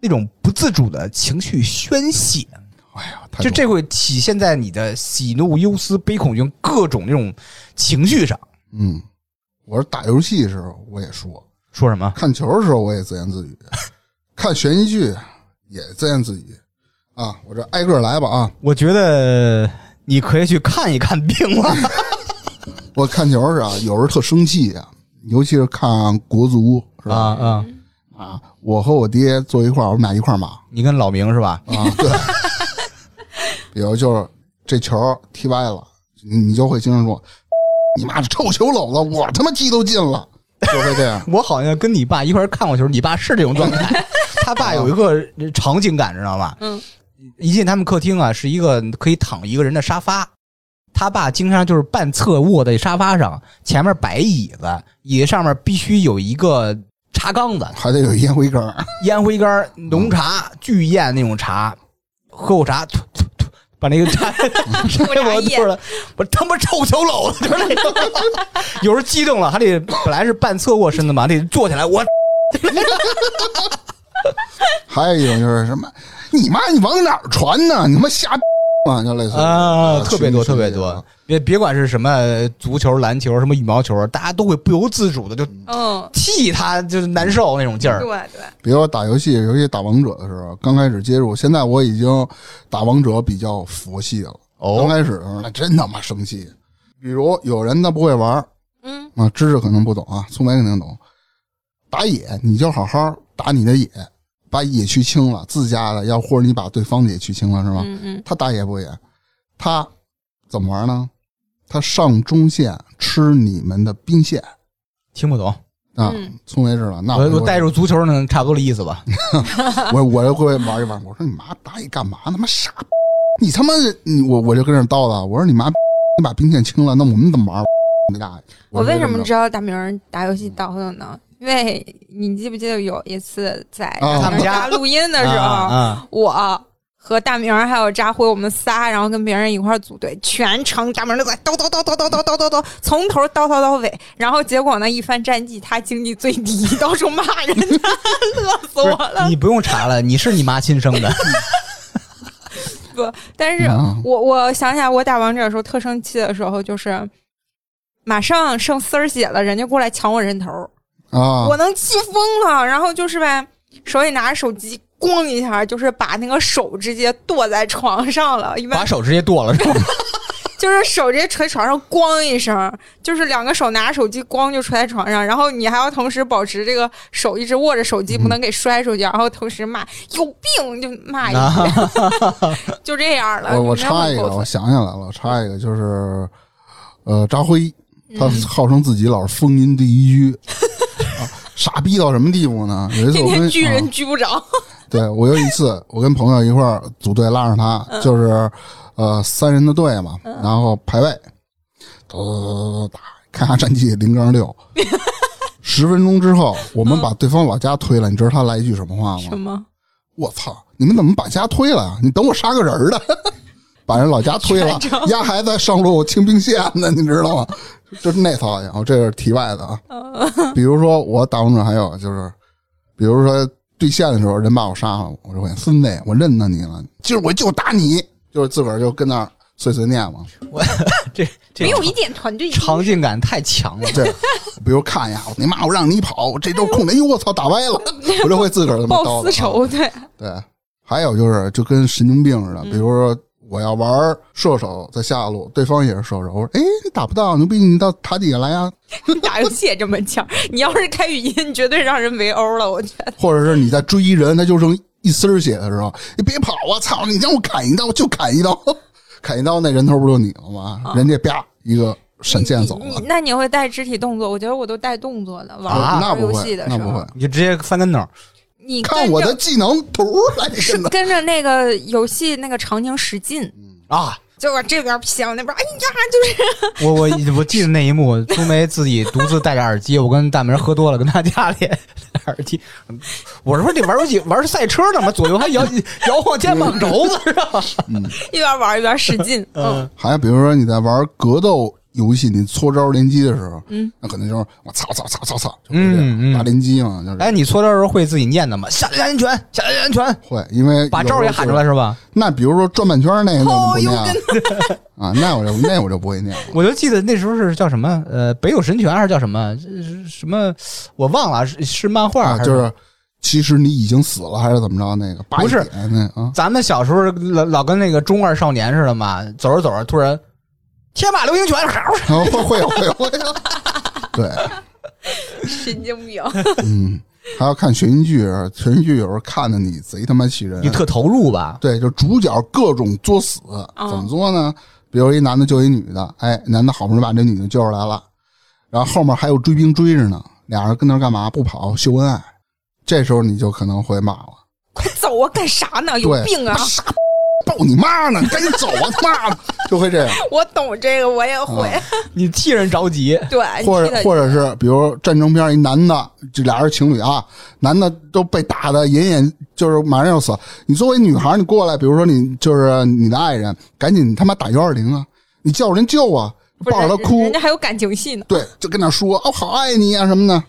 Speaker 1: 那种不自主的情绪宣泄，
Speaker 3: 哎呀，太
Speaker 1: 就
Speaker 3: 重
Speaker 1: 这会体现在你的喜怒忧思悲恐惧各种那种情绪上。
Speaker 3: 嗯，我是打游戏的时候我也说，
Speaker 1: 说什么？
Speaker 3: 看球的时候我也自言自语，看悬疑剧也自言自语啊，我这挨个来吧啊，
Speaker 1: 我觉得你可以去看一看病了。
Speaker 3: 我看球是啊，有时候特生气啊，尤其是看国足 是
Speaker 1: 啊
Speaker 3: 吧？
Speaker 1: 啊！
Speaker 3: 啊，我和我爹坐一块儿，我们俩一块儿骂。
Speaker 1: 你跟老明是吧？。
Speaker 3: 啊，对。比如就是这球踢歪了，你你就会经常说：“你妈的臭球篓子，我他妈踢都进了。”就会这样
Speaker 1: 我好像跟你爸一块儿看过球，你爸是这种状 态。他爸有一个场景感，知道吧？
Speaker 2: 嗯，
Speaker 1: 一进他们客厅啊，是一个可以躺一个人的沙发。他爸经常就是半侧卧在沙发上，前面摆椅子，椅子上面必须有一个茶缸子，
Speaker 3: 还得有烟灰缸，
Speaker 1: 烟灰缸、浓茶、巨宴那种茶，喝口茶，吐吐吐，把那个 茶
Speaker 2: 我
Speaker 1: 给
Speaker 2: 茶
Speaker 1: 我
Speaker 2: 叶
Speaker 1: 吐了，我他妈臭球篓子，就是那种。有时候激动了，还得本来是半侧卧身子嘛，得坐起来，我
Speaker 3: 还有一种就是什么，你妈你往哪儿传呢？你他妈瞎，啊，就类似
Speaker 1: 啊，特别多，特别。
Speaker 3: 虚拟世界啊
Speaker 1: 多。别别管是什么足球、篮球、什么羽毛球，大家都会不由自主的就
Speaker 2: 嗯，
Speaker 1: 替他就是难受那种劲儿
Speaker 2: 对。对，
Speaker 3: 比如我打游戏，尤其打王者的时候，刚开始接触，现在我已经打王者比较佛系了。刚
Speaker 1: 哦，
Speaker 3: 开始的时候那真他妈生气。比如有人他不会玩儿
Speaker 2: 嗯
Speaker 3: 啊，知识可能不懂啊，粗眉肯定懂。打野你就好好打你的野，把野区清了，自家的要或者你把对方的野区清了是吧？
Speaker 2: 嗯嗯，
Speaker 3: 他打野不野，他怎么玩呢？他上中线吃你们的兵线
Speaker 1: 听不懂，
Speaker 3: 啊
Speaker 2: 嗯，
Speaker 3: 聪为知道。那
Speaker 1: 我
Speaker 3: 我
Speaker 1: 我带入足球呢，差不多的意思 吧。
Speaker 3: 我我就会玩一玩。我说你妈打野干嘛呢？他妈傻逼，你他妈你我我就跟那儿叨叨。我说你妈逼，你把兵线清了，那我们怎么玩？你大爷！
Speaker 2: 我
Speaker 3: 就
Speaker 2: 为什么
Speaker 3: 这
Speaker 2: 知道大明儿打游戏倒腾呢？因为你记不记得有一次在
Speaker 3: 啊
Speaker 2: 大明
Speaker 1: 他
Speaker 2: 儿家
Speaker 1: 们家
Speaker 2: 录音的
Speaker 1: 哦啊
Speaker 2: 时候，
Speaker 1: 啊，
Speaker 2: 我和大明儿还有扎辉，我们仨，然后跟别人一块儿组队，全程大明儿都在叨叨叨叨叨叨叨叨叨，从头叨叨到尾。然后结果呢，一番战绩他经济最低， 到处骂人家， 乐死
Speaker 1: 不
Speaker 2: 我
Speaker 1: 是
Speaker 2: 了。
Speaker 1: 你不用查了，你是你妈亲 生的。
Speaker 2: 不，但是
Speaker 3: 嗯
Speaker 2: 我我想起来，我打王者的时候特生气的时候，就是马上剩丝儿血了，人家过来抢我人头，
Speaker 3: 啊
Speaker 2: 我能气疯了。然后就是呗，手里拿着手机，咣一下就是把那个手直接剁在床上了，一般
Speaker 1: 把手直接剁了是吧？
Speaker 2: 就是手直接捶床上，咣一声，就是两个手拿着手机，咣就捶在床上，然后你还要同时保持这个手一直握着手机，不能给摔出去，然后同时骂有病就骂一 句，就这样了。
Speaker 3: 我我
Speaker 2: 就没有
Speaker 3: 插一个，
Speaker 2: 过分
Speaker 3: 我想起来了，我插一个就是，呃，扎辉，
Speaker 2: 嗯
Speaker 3: 他号称自己老是风音第一 居，啊傻逼到什么地步呢？有一次
Speaker 2: 天
Speaker 3: 我跟
Speaker 2: 天狙人
Speaker 3: 啊
Speaker 2: 狙不着，
Speaker 3: 对我有一次，我跟朋友一块儿组队拉着他，就是呃三人的队嘛，然后排位，呃打看下战绩零杠六，十分钟之后我们把对方老家推了，你知道他来一句什么话吗？
Speaker 2: 什么
Speaker 3: 我操！你们怎么把家推了啊呀？你等我杀个人儿的，把人老家推了
Speaker 2: 全程，
Speaker 3: 丫还在上路清兵线呢，你知道吗？就是那操性。哦，这是题外的啊。
Speaker 2: 哦
Speaker 3: 比如说我打王者，还有就是，比如说对线的时候，人把我杀了，我就会孙子，我认得你了，今儿我就打你，就是自个儿就跟那儿碎碎念嘛。
Speaker 1: 这这
Speaker 2: 没有一点团队意识
Speaker 1: 场景感太强 了。
Speaker 3: 对，比如看一下，你妈我让你跑，我这周空着，哎呦我操，打歪 了，我就会自个儿这么
Speaker 2: 报
Speaker 3: 叨
Speaker 2: 私
Speaker 3: 叨啊
Speaker 2: 仇， 对，
Speaker 3: 对，还有就是就跟神经病似的，比
Speaker 2: 嗯
Speaker 3: 如说我要玩射手在下路，对方也是射手，我说哎你打不到，牛逼你到塔底下来呀，
Speaker 2: 打游戏也这么强。你要是开语音，绝对让人围殴了。我觉得
Speaker 3: 或者是你在追人，他就剩一丝儿血的时候，你别跑啊，操你让我砍一刀就砍一刀，砍一刀那人头不就你了吗？人家啪一个闪现走
Speaker 2: 啊你
Speaker 3: 了
Speaker 2: 你，那你会带肢体动作？我觉得我都带动作的，玩、
Speaker 1: 啊
Speaker 3: 那
Speaker 2: 玩
Speaker 3: 不
Speaker 2: 游
Speaker 3: 会
Speaker 2: 戏，的
Speaker 3: 那
Speaker 2: 时
Speaker 3: 不
Speaker 2: 候
Speaker 3: 会，，
Speaker 1: 你就直接翻跟头，
Speaker 2: 你
Speaker 3: 看
Speaker 2: 跟
Speaker 3: 我的
Speaker 2: 着
Speaker 3: 技能图来
Speaker 2: 是
Speaker 3: 真的。
Speaker 2: 跟着那个游戏那个场景使劲，
Speaker 3: 嗯
Speaker 1: 啊！
Speaker 2: 就往这边想那边，哎呀，就是
Speaker 1: 我我我记得那一幕，朱梅自己独自戴着耳机，我跟大明喝多了，跟他家里 戴耳机。我说这玩游戏玩赛车呢吗？左右还摇 摇晃肩膀轴子是吧？
Speaker 2: 一边玩一边使劲。嗯，
Speaker 3: 还有比如说你在玩格斗游戏，你搓招连击的时候，
Speaker 2: 嗯，
Speaker 3: 那可能就是我操操操操操，就
Speaker 1: 嗯
Speaker 3: 是这样
Speaker 1: 嗯
Speaker 3: 打连击嘛，就是。
Speaker 1: 哎，你搓招的时候会自己念的吗？下来安全，下来安全，
Speaker 3: 会，因为
Speaker 1: 把
Speaker 3: 有
Speaker 1: 招
Speaker 3: 时
Speaker 1: 也
Speaker 3: 候
Speaker 1: 喊
Speaker 3: 就
Speaker 1: 出来。是吧？
Speaker 3: 那比如说转半圈儿那个，那
Speaker 2: 哦，
Speaker 3: 我就
Speaker 2: 又
Speaker 3: 不念
Speaker 2: 跟
Speaker 3: 了啊，那我就那我就不会念了。
Speaker 1: 我就记得那时候是叫什么？呃，北斗神拳还是叫什么？是是什么？我忘了，是是漫画、
Speaker 3: 啊，
Speaker 1: 还
Speaker 3: 就是其实你已经死了，还是怎么着？那个八
Speaker 1: 不是
Speaker 3: 那啊，
Speaker 1: 咱们小时候老老跟那个中二少年似的嘛，走着走着突然天马流星拳，
Speaker 3: 会会有会有会有。对，
Speaker 2: 神经病。
Speaker 3: 嗯，还要看悬疑剧，悬疑剧有时候看的你贼他妈气人啊
Speaker 1: 你。特投入吧？
Speaker 3: 对，就主角各种作死，
Speaker 2: 哦
Speaker 3: 怎么作呢？比如一男的救一女的，哎，男的好不容易把这女的救出来了，然后后面还有追兵追着呢，俩人跟那儿干嘛？不跑，秀恩爱。这时候你就可能会骂了。
Speaker 2: 快走啊！干啥呢？有
Speaker 3: 对
Speaker 2: 病啊！
Speaker 3: 傻 逼抱你妈呢！你赶紧走啊，他妈的，就会这样。
Speaker 2: 我懂这个，我也会。
Speaker 1: 你替人着急，
Speaker 2: 对，
Speaker 3: 嗯或
Speaker 2: 你记
Speaker 3: 者
Speaker 2: 得
Speaker 3: 或者是比如战争片一男的，这俩人情侣啊，男的都被打的隐隐就是马上要死。你作为女孩，你过来，比如说你就是你的爱人，赶紧他妈打幺二零啊！你叫人救啊，
Speaker 2: 不是
Speaker 3: 抱着他
Speaker 2: 人
Speaker 3: 哭
Speaker 2: 人家，还有感情戏呢。
Speaker 3: 对，就跟那说哦，好爱你啊什么的。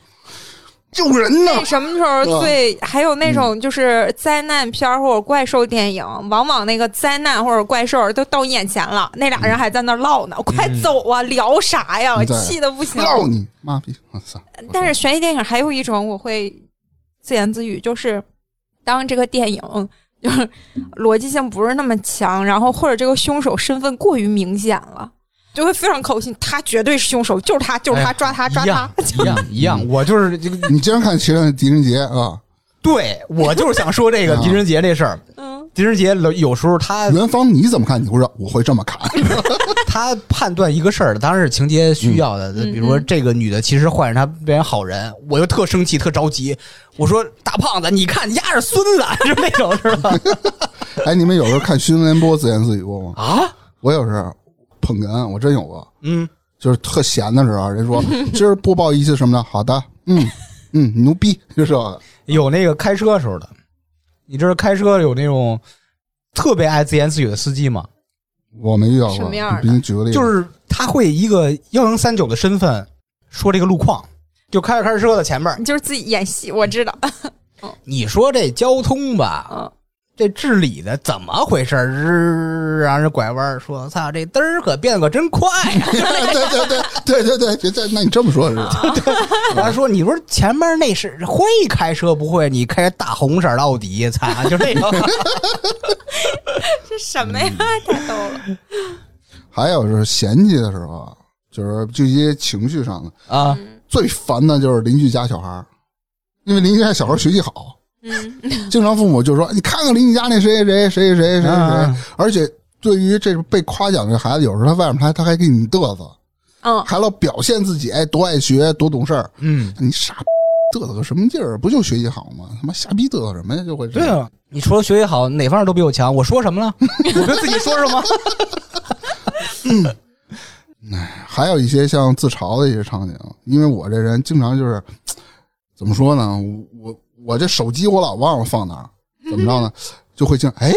Speaker 3: 救人呢。
Speaker 2: 那什么时候最还有那种就是灾难片儿或者怪兽电影，往往那个灾难或者怪兽都到眼前了，那俩人还在那儿唠呢，快走啊，聊啥呀？
Speaker 3: 嗯对
Speaker 2: 气的不行。
Speaker 3: 告你妈逼！我操！
Speaker 2: 但是悬疑电影还有一种我会自言自语，就是当这个电影就是逻辑性不是那么强，然后或者这个凶手身份过于明显了，就会非常口信，他绝对是凶手，就是他，就是他，抓他，抓
Speaker 1: 哎一
Speaker 2: 他
Speaker 1: 样。一 样一样，嗯我就是这个，
Speaker 3: 你竟然看《奇人狄仁杰》啊？
Speaker 1: 对我就是想说这个
Speaker 3: 啊
Speaker 1: 狄仁杰这事儿。
Speaker 2: 嗯，
Speaker 1: 狄仁杰有时候
Speaker 2: 呃
Speaker 1: 他
Speaker 3: 元芳你怎么看？你会说我会这 么看，
Speaker 1: 他判断一个事儿，当然是情节需要的。
Speaker 2: 嗯
Speaker 1: 比如说，这个女的其实坏人，她变成好人，我就特生气、特着急。我说：“大胖子，你看压着孙子，啊就是那种，是吧？”
Speaker 3: 哎，你们有时候看新闻联播自言自语过吗？
Speaker 1: 啊，
Speaker 3: 我有时候捧哏，我真有啊过，
Speaker 1: 嗯，
Speaker 3: 就是特闲的时候，人说今儿播报一些什么的，好的，嗯嗯，牛逼，就是这个
Speaker 1: 有那个开车时候的，你知道开车有那种特别爱自言自语的司机吗？
Speaker 3: 我没遇到过。
Speaker 2: 什么样的
Speaker 3: 你给你举个例子，
Speaker 1: 就是他会以一个幺零三九的身份说这个路况，就开着开着车在前面，
Speaker 2: 你就是自己演戏，我知道。
Speaker 1: 你说这交通吧，
Speaker 2: 嗯，
Speaker 1: 这治理的怎么回事儿？日让人拐弯儿说：“操，这嘚儿可变得可真快 呀、
Speaker 3: 对对对对对对别再，那你这么说是
Speaker 1: 他说：“你不是前面那是会开车不会？你开大红色奥迪，操， 就这种。
Speaker 2: 这什么呀？太逗了。
Speaker 3: 还有就是嫌弃的时候啊，就是这些情绪上的，
Speaker 1: 啊，
Speaker 3: 最烦的就是邻居家小孩儿，因为邻居家小孩儿学习好，嗯，经常父母就说你看看邻居家那谁谁谁谁谁谁谁，
Speaker 1: 啊
Speaker 3: 而且对于这被夸奖的孩子，有时候他外面他他还给你嘚瑟，
Speaker 2: 嗯，
Speaker 3: 还老表现自己，哎，多爱学，多懂事儿，
Speaker 1: 嗯，
Speaker 3: 你傻逼嘚瑟个什么劲儿？不就学习好吗？他妈瞎逼嘚瑟什么呀？就会这
Speaker 1: 对
Speaker 3: 样。
Speaker 1: 啊，你除了学习好，哪方面都比我强。我说什么了？ 我跟自己说什么？
Speaker 3: 还有一些像自嘲的一些场景，因为我这人经常就是怎么说呢，我我这手机我老忘了放哪儿，怎么着呢，就会经哎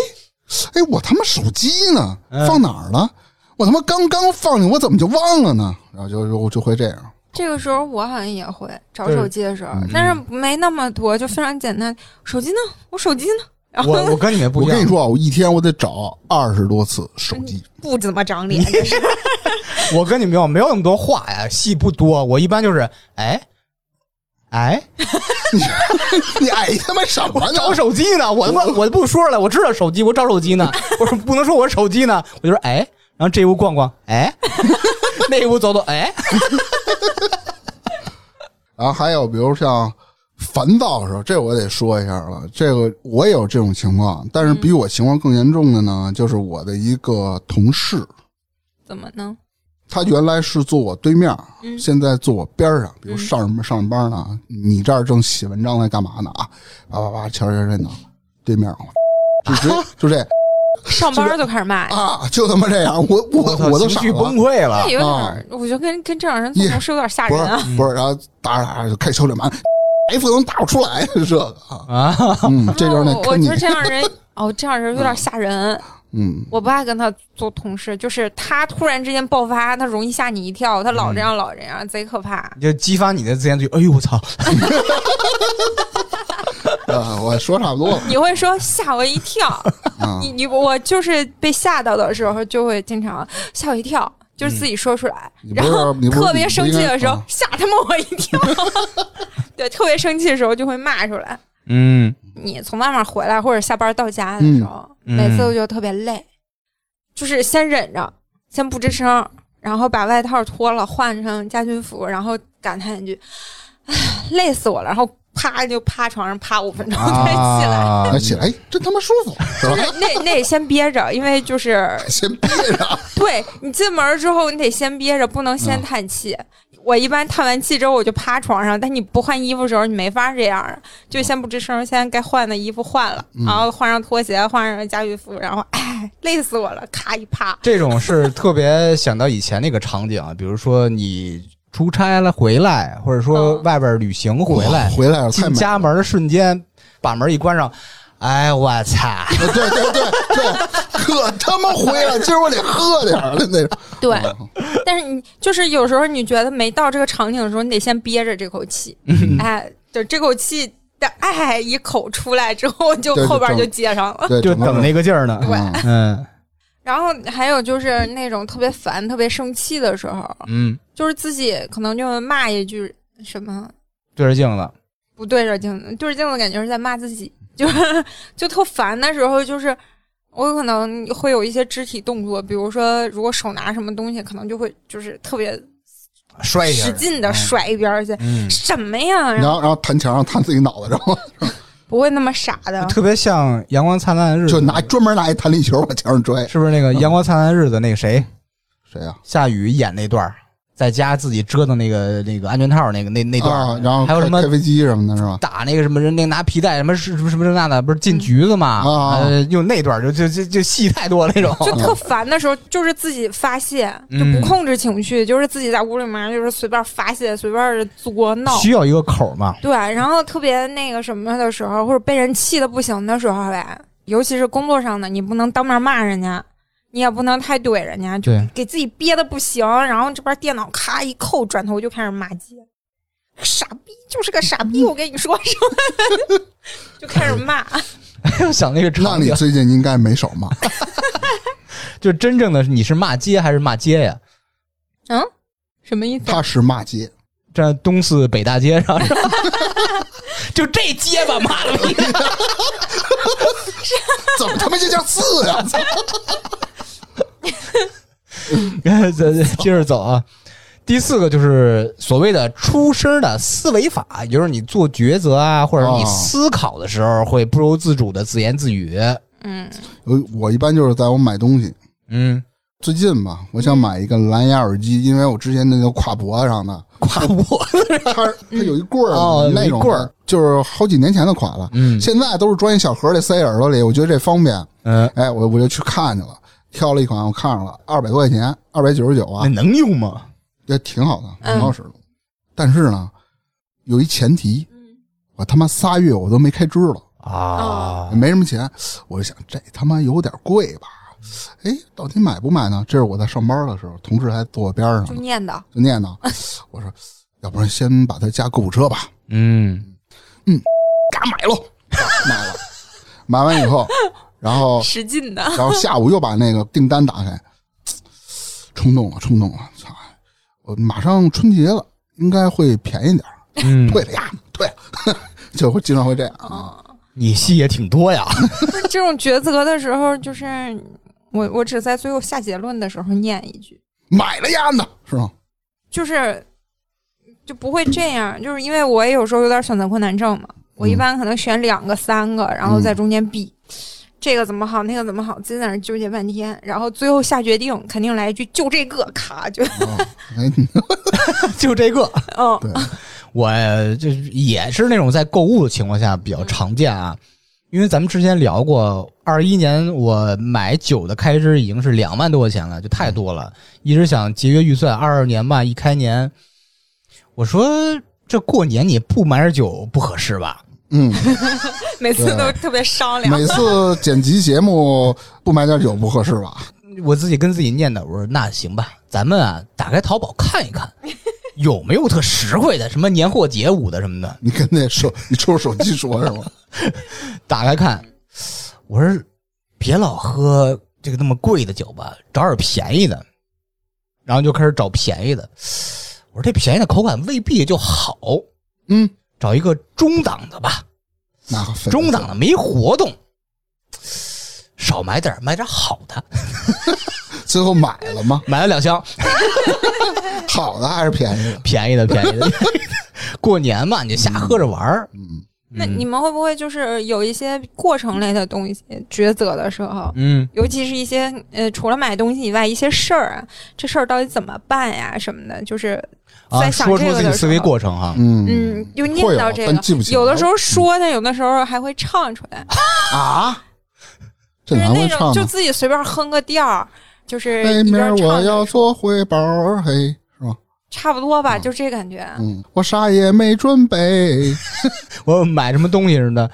Speaker 3: 哎我他妈手机呢
Speaker 1: 嗯
Speaker 3: 放哪儿了？我他妈刚刚放进，我怎么就忘了呢？然后就就就会这样，
Speaker 2: 这个时候我好像也会找
Speaker 1: 对嗯
Speaker 2: 手机的时候，但是没那么多，就非常简单。手机呢？我手机呢？然后
Speaker 1: 我我跟你们不
Speaker 3: 我
Speaker 1: 一样。
Speaker 3: 跟你说啊，我一天我得找二十多次手机，
Speaker 2: 不怎么 长脸，这是
Speaker 1: 我跟你们有没有那么多话呀？戏不多，我一般就是哎哎，
Speaker 3: 你哎他妈什么
Speaker 1: 我
Speaker 3: 呢？
Speaker 1: 找手机呢，我他妈我不说了，我知道手机，我找手机 呢，我说不能说我手机呢，我就说哎，然后这屋逛逛， 哎，那屋走走，哎，
Speaker 3: 然后还有比如像烦躁的时候，这我得说一下了。这个我也有这种情况，但是
Speaker 2: 嗯
Speaker 3: 比我情况更严重的呢，就是我的一个同事，
Speaker 2: 怎么呢？
Speaker 3: 他原来是坐我对面，
Speaker 2: 嗯
Speaker 3: 现在坐我边上。比如上着上着班呢，你这儿正写文章呢，干嘛呢啊？叭叭叭，瞧瞧这呢，对面就直接 就这
Speaker 2: 上班就开始骂呀，
Speaker 3: 啊，就他妈这样，我我我都
Speaker 1: 情
Speaker 3: 傻
Speaker 1: 绪崩
Speaker 3: 了。
Speaker 1: 溃
Speaker 2: 那
Speaker 1: 了，
Speaker 2: 有点
Speaker 3: 啊
Speaker 2: 儿，我就跟跟这种人做同事有点吓
Speaker 3: 不
Speaker 2: 人
Speaker 3: 是
Speaker 2: 啊。
Speaker 3: 不是，然后打着打着就开手里骂，哎，不能打不出来这个 啊，
Speaker 1: 啊，
Speaker 3: 嗯，这就是那
Speaker 2: 我我
Speaker 3: 坑你
Speaker 2: 觉 得，这样人，哦，这样人有点吓人，
Speaker 3: 嗯。
Speaker 2: 我不爱跟他做同事。就是他突然之间爆发，他容易吓你一跳，他
Speaker 3: 嗯
Speaker 2: 老这样老这样，贼可怕。
Speaker 1: 就激发你的自言自语。哎呦我操，
Speaker 3: 啊，我说差不多了
Speaker 2: 你会说吓我一 跳，
Speaker 3: 啊
Speaker 2: 你你我就是被吓到的时候，就会经常吓我一跳，就是自己说出来，
Speaker 3: 你不
Speaker 2: 然
Speaker 3: 是
Speaker 2: 后
Speaker 3: 嗯你不啊是
Speaker 2: 特别生气的时候，
Speaker 3: 你不
Speaker 2: 吓他妈我一跳。 对，特别生气的时候就会骂出来。
Speaker 1: 嗯，
Speaker 2: 你从外面回来或者下班到家的时候，
Speaker 1: 嗯
Speaker 2: 每次都觉得特别累，就是先忍着，先不吱声，然后把外套脱了，换上家居服，然后感叹一句：“唉，累死我了。”然后啪就趴床上趴五分钟再起
Speaker 1: 啊
Speaker 2: 来。
Speaker 1: 嗯
Speaker 3: 哎起来，哎，真他妈舒服，是吧？
Speaker 2: 那那得先憋着，因为就是
Speaker 3: 先憋着，啊
Speaker 2: 对你进门之后，你得先憋着，不能
Speaker 3: 嗯
Speaker 2: 先叹气。我一般叹完气之后，我就趴床上，但你不换衣服的时候，你没法这样，就先不吱声，先该换的衣服换了，
Speaker 3: 嗯
Speaker 2: 然后换上拖鞋，换上家居服，然后哎，累死我了，咔一趴，
Speaker 1: 这种是特别想到以前那个场景啊，比如说你出差了回来，或者说
Speaker 2: 嗯
Speaker 1: 外边旅行回来，
Speaker 3: 回来了，太
Speaker 1: 进
Speaker 3: 美了。
Speaker 1: 家门的瞬间把门一关上，哎我操，
Speaker 3: 对对对对，可他妈回来，今儿我得喝点儿了那种。
Speaker 2: 对。
Speaker 3: 嗯
Speaker 2: 但是你就是有时候你觉得没到这个场景的时候，你得先憋着这口气，哎，就这口气的哎一口出来之后，就
Speaker 3: 对就
Speaker 2: 后边
Speaker 3: 整
Speaker 2: 就接上了。
Speaker 3: 对，
Speaker 1: 就
Speaker 3: 整个
Speaker 1: 等
Speaker 3: 人
Speaker 1: 那个劲儿呢。
Speaker 3: 嗯
Speaker 1: 嗯
Speaker 2: 然后还有就是那种特别烦、特别生气的时候，
Speaker 1: 嗯，
Speaker 2: 就是自己可能就骂一句什么
Speaker 1: 对着镜子，
Speaker 2: 不对着镜子，对着镜子感觉是在骂自己，就是就特烦的时候，就是我可能会有一些肢体动作，比如说如果手拿什么东西，可能就会就是特别
Speaker 1: 摔一下
Speaker 2: 使劲的。甩一边儿去，
Speaker 1: 嗯，
Speaker 2: 什么呀？然
Speaker 3: 然
Speaker 2: 后
Speaker 3: 后然后弹墙上 弹自己脑袋，然后
Speaker 2: 不会那么傻的，
Speaker 1: 特别像《阳光灿烂的日子
Speaker 3: 就》，嗯拿专门拿一弹力球往墙上拽，
Speaker 1: 是不是那个《阳光灿烂的日子》那个谁
Speaker 3: 谁啊呀？
Speaker 1: 夏雨演那段儿，在家自己折腾那个那个安全套那个那那段
Speaker 3: 啊
Speaker 1: 儿，，
Speaker 3: 然后
Speaker 1: 还有什
Speaker 3: 开
Speaker 1: 么
Speaker 3: 开飞机什么的，是吧？
Speaker 1: 打那个什么人，那个拿皮带什么是什么什么这那的，不是进局子嘛？
Speaker 3: 嗯啊
Speaker 1: 呃，用那段儿就就就就戏太多了那种。
Speaker 2: 就特烦的时候，就是自己发泄，就不控制情绪，就是自己在屋里面就是随便发泄，随便作闹。
Speaker 1: 需要一个口儿 嘛？
Speaker 2: 对，然后特别那个什么的时候，或者被人气的不行的时候呗，尤其是工作上的，你不能当面骂人家，你也不能太怼人家，就
Speaker 1: 对
Speaker 2: 给自己憋的不行。然后这边电脑咔一扣，转头就开始骂街，傻逼就是个傻逼，我跟你说什么， 就开始骂。
Speaker 1: 又想那个
Speaker 3: 那
Speaker 1: 场
Speaker 3: 你
Speaker 1: 景，
Speaker 3: 最近应该没少骂，
Speaker 1: 就真正的你是骂街还是骂街呀？
Speaker 2: 嗯，什么意思？
Speaker 3: 他是骂街，
Speaker 1: 站在东四北大街上，是吧 就这街吧，妈了逼！
Speaker 3: 怎么他妈就叫刺啊呀？操
Speaker 1: 咱咱接着走啊。第四个就是所谓的出声的思维法，也就是你做抉择啊，或者你
Speaker 3: 哦
Speaker 1: 思考的时候会不由自主的自言自语。
Speaker 2: 嗯，
Speaker 3: 呃我一般就是在我买东西，
Speaker 1: 嗯，
Speaker 3: 最近吧，我想买一个蓝牙耳机，因为我之前那个挎脖子上的，
Speaker 1: 夸啊我，
Speaker 3: 它它有一棍儿嘛
Speaker 1: 哦
Speaker 3: 那种
Speaker 1: 有一棍儿，
Speaker 3: 就是好几年前的款了。
Speaker 1: 嗯
Speaker 3: 现在都是装一小盒里塞耳朵里，我觉得这方便。
Speaker 1: 嗯，
Speaker 3: 哎，我我就去看去了，挑了一款，我看上了，二百多块钱，二百九十九啊
Speaker 1: 那，能用吗？
Speaker 3: 也挺好的，
Speaker 2: 嗯
Speaker 3: 挺好使的。但是呢，有一前提，
Speaker 1: 嗯
Speaker 3: 我他妈仨月我都没开支了。
Speaker 1: 啊，
Speaker 3: 没什么钱，我就想这他妈有点贵吧？哎，到底买不买呢？这是我在上班的时候，同事还坐我边上
Speaker 2: 就
Speaker 3: 呢，
Speaker 2: 念叨。
Speaker 3: 就念叨，我说，要不然先把它加购物车吧，
Speaker 1: 嗯，
Speaker 3: 嘎买喽，买了，买完以后，然后
Speaker 2: 使劲的，
Speaker 3: 然后下午又把那个订单打开，冲动了，冲动了，操！我马上春节了，应该会便宜点儿，
Speaker 1: 嗯
Speaker 3: 退了呀，退了， 就会经常会这样啊。
Speaker 1: 你戏也挺多呀。
Speaker 2: 不是哦这种抉择的时候，就是我我只在最后下结论的时候念一句，
Speaker 3: 买了呀呢，是吗？
Speaker 2: 就是就不会这样，就是因为我也有时候有点选择困难症嘛，我一
Speaker 1: 嗯
Speaker 2: 般可能选两个、三个，然后在中间比。这个怎么好，那个怎么好，自己在那儿纠结半天，然后最后下决定，肯定来一句就这个，咔就，
Speaker 3: 哎，
Speaker 1: 就这个，
Speaker 2: 嗯，
Speaker 3: 对，
Speaker 1: 我这也是那种在购物的情况下比较常见啊，因为咱们之前聊过，二一年我买酒的开支已经是两万多块钱了，就太多了，一直想节约预算。二二年吧，一开年，我说这过年你不买点酒不合适吧？
Speaker 3: 嗯。
Speaker 2: 每次
Speaker 3: 对
Speaker 2: 都特别商量，
Speaker 3: 每次剪辑节目不买点酒不合适吧？
Speaker 1: 我自己跟自己念叨，我说那行吧，咱们啊打开淘宝看一看，有没有特实惠的，什么年货节五的什么的。
Speaker 3: 你跟那手，你抽手机说是吗？
Speaker 1: 打开看，我说别老喝这个那么贵的酒吧，找点便宜的。然后就开始找便宜的，我说这便宜的口感未必就好，
Speaker 3: 嗯，
Speaker 1: 找一个中档的吧，
Speaker 3: 那分
Speaker 1: 中档的没活动，少买点儿，买点儿好的，
Speaker 3: 最后买了吗？
Speaker 1: 买了两箱
Speaker 3: 好的还是便宜的？
Speaker 1: 便宜 的，便宜的。过年嘛，你就瞎喝着玩儿，
Speaker 3: 嗯，
Speaker 2: 那你们会不会就是有一些过程类的东西抉择的时候，
Speaker 1: 嗯，
Speaker 2: 尤其是一些呃，除了买东西以外，一些事儿啊，这事儿到底怎么办呀什么的，就是
Speaker 1: 啊，
Speaker 2: 在想
Speaker 1: 说
Speaker 2: 这
Speaker 1: 出
Speaker 2: 个
Speaker 1: 自己
Speaker 2: 的
Speaker 1: 思
Speaker 2: 时
Speaker 1: 维
Speaker 2: 候，
Speaker 1: 过程哈，
Speaker 3: 嗯
Speaker 2: 嗯，就念
Speaker 3: 会有
Speaker 2: 叨这
Speaker 3: 但记不
Speaker 2: 个，
Speaker 3: 起来
Speaker 2: 有的时候说呢，有的时候还会唱出来，
Speaker 3: 啊，这
Speaker 2: 就是
Speaker 3: 哪会
Speaker 2: 那
Speaker 3: 唱
Speaker 2: 种就
Speaker 3: 呢？
Speaker 2: 自己随便哼个调儿，就是
Speaker 3: 那
Speaker 2: 一
Speaker 3: 明
Speaker 2: 边
Speaker 3: 儿我
Speaker 2: 唱
Speaker 3: 要
Speaker 2: 着
Speaker 3: 嗯做回包儿，嘿，是吧？
Speaker 2: 差不多吧，就这感觉。
Speaker 3: 嗯，我啥也没准备，
Speaker 1: 我买什么东西似的，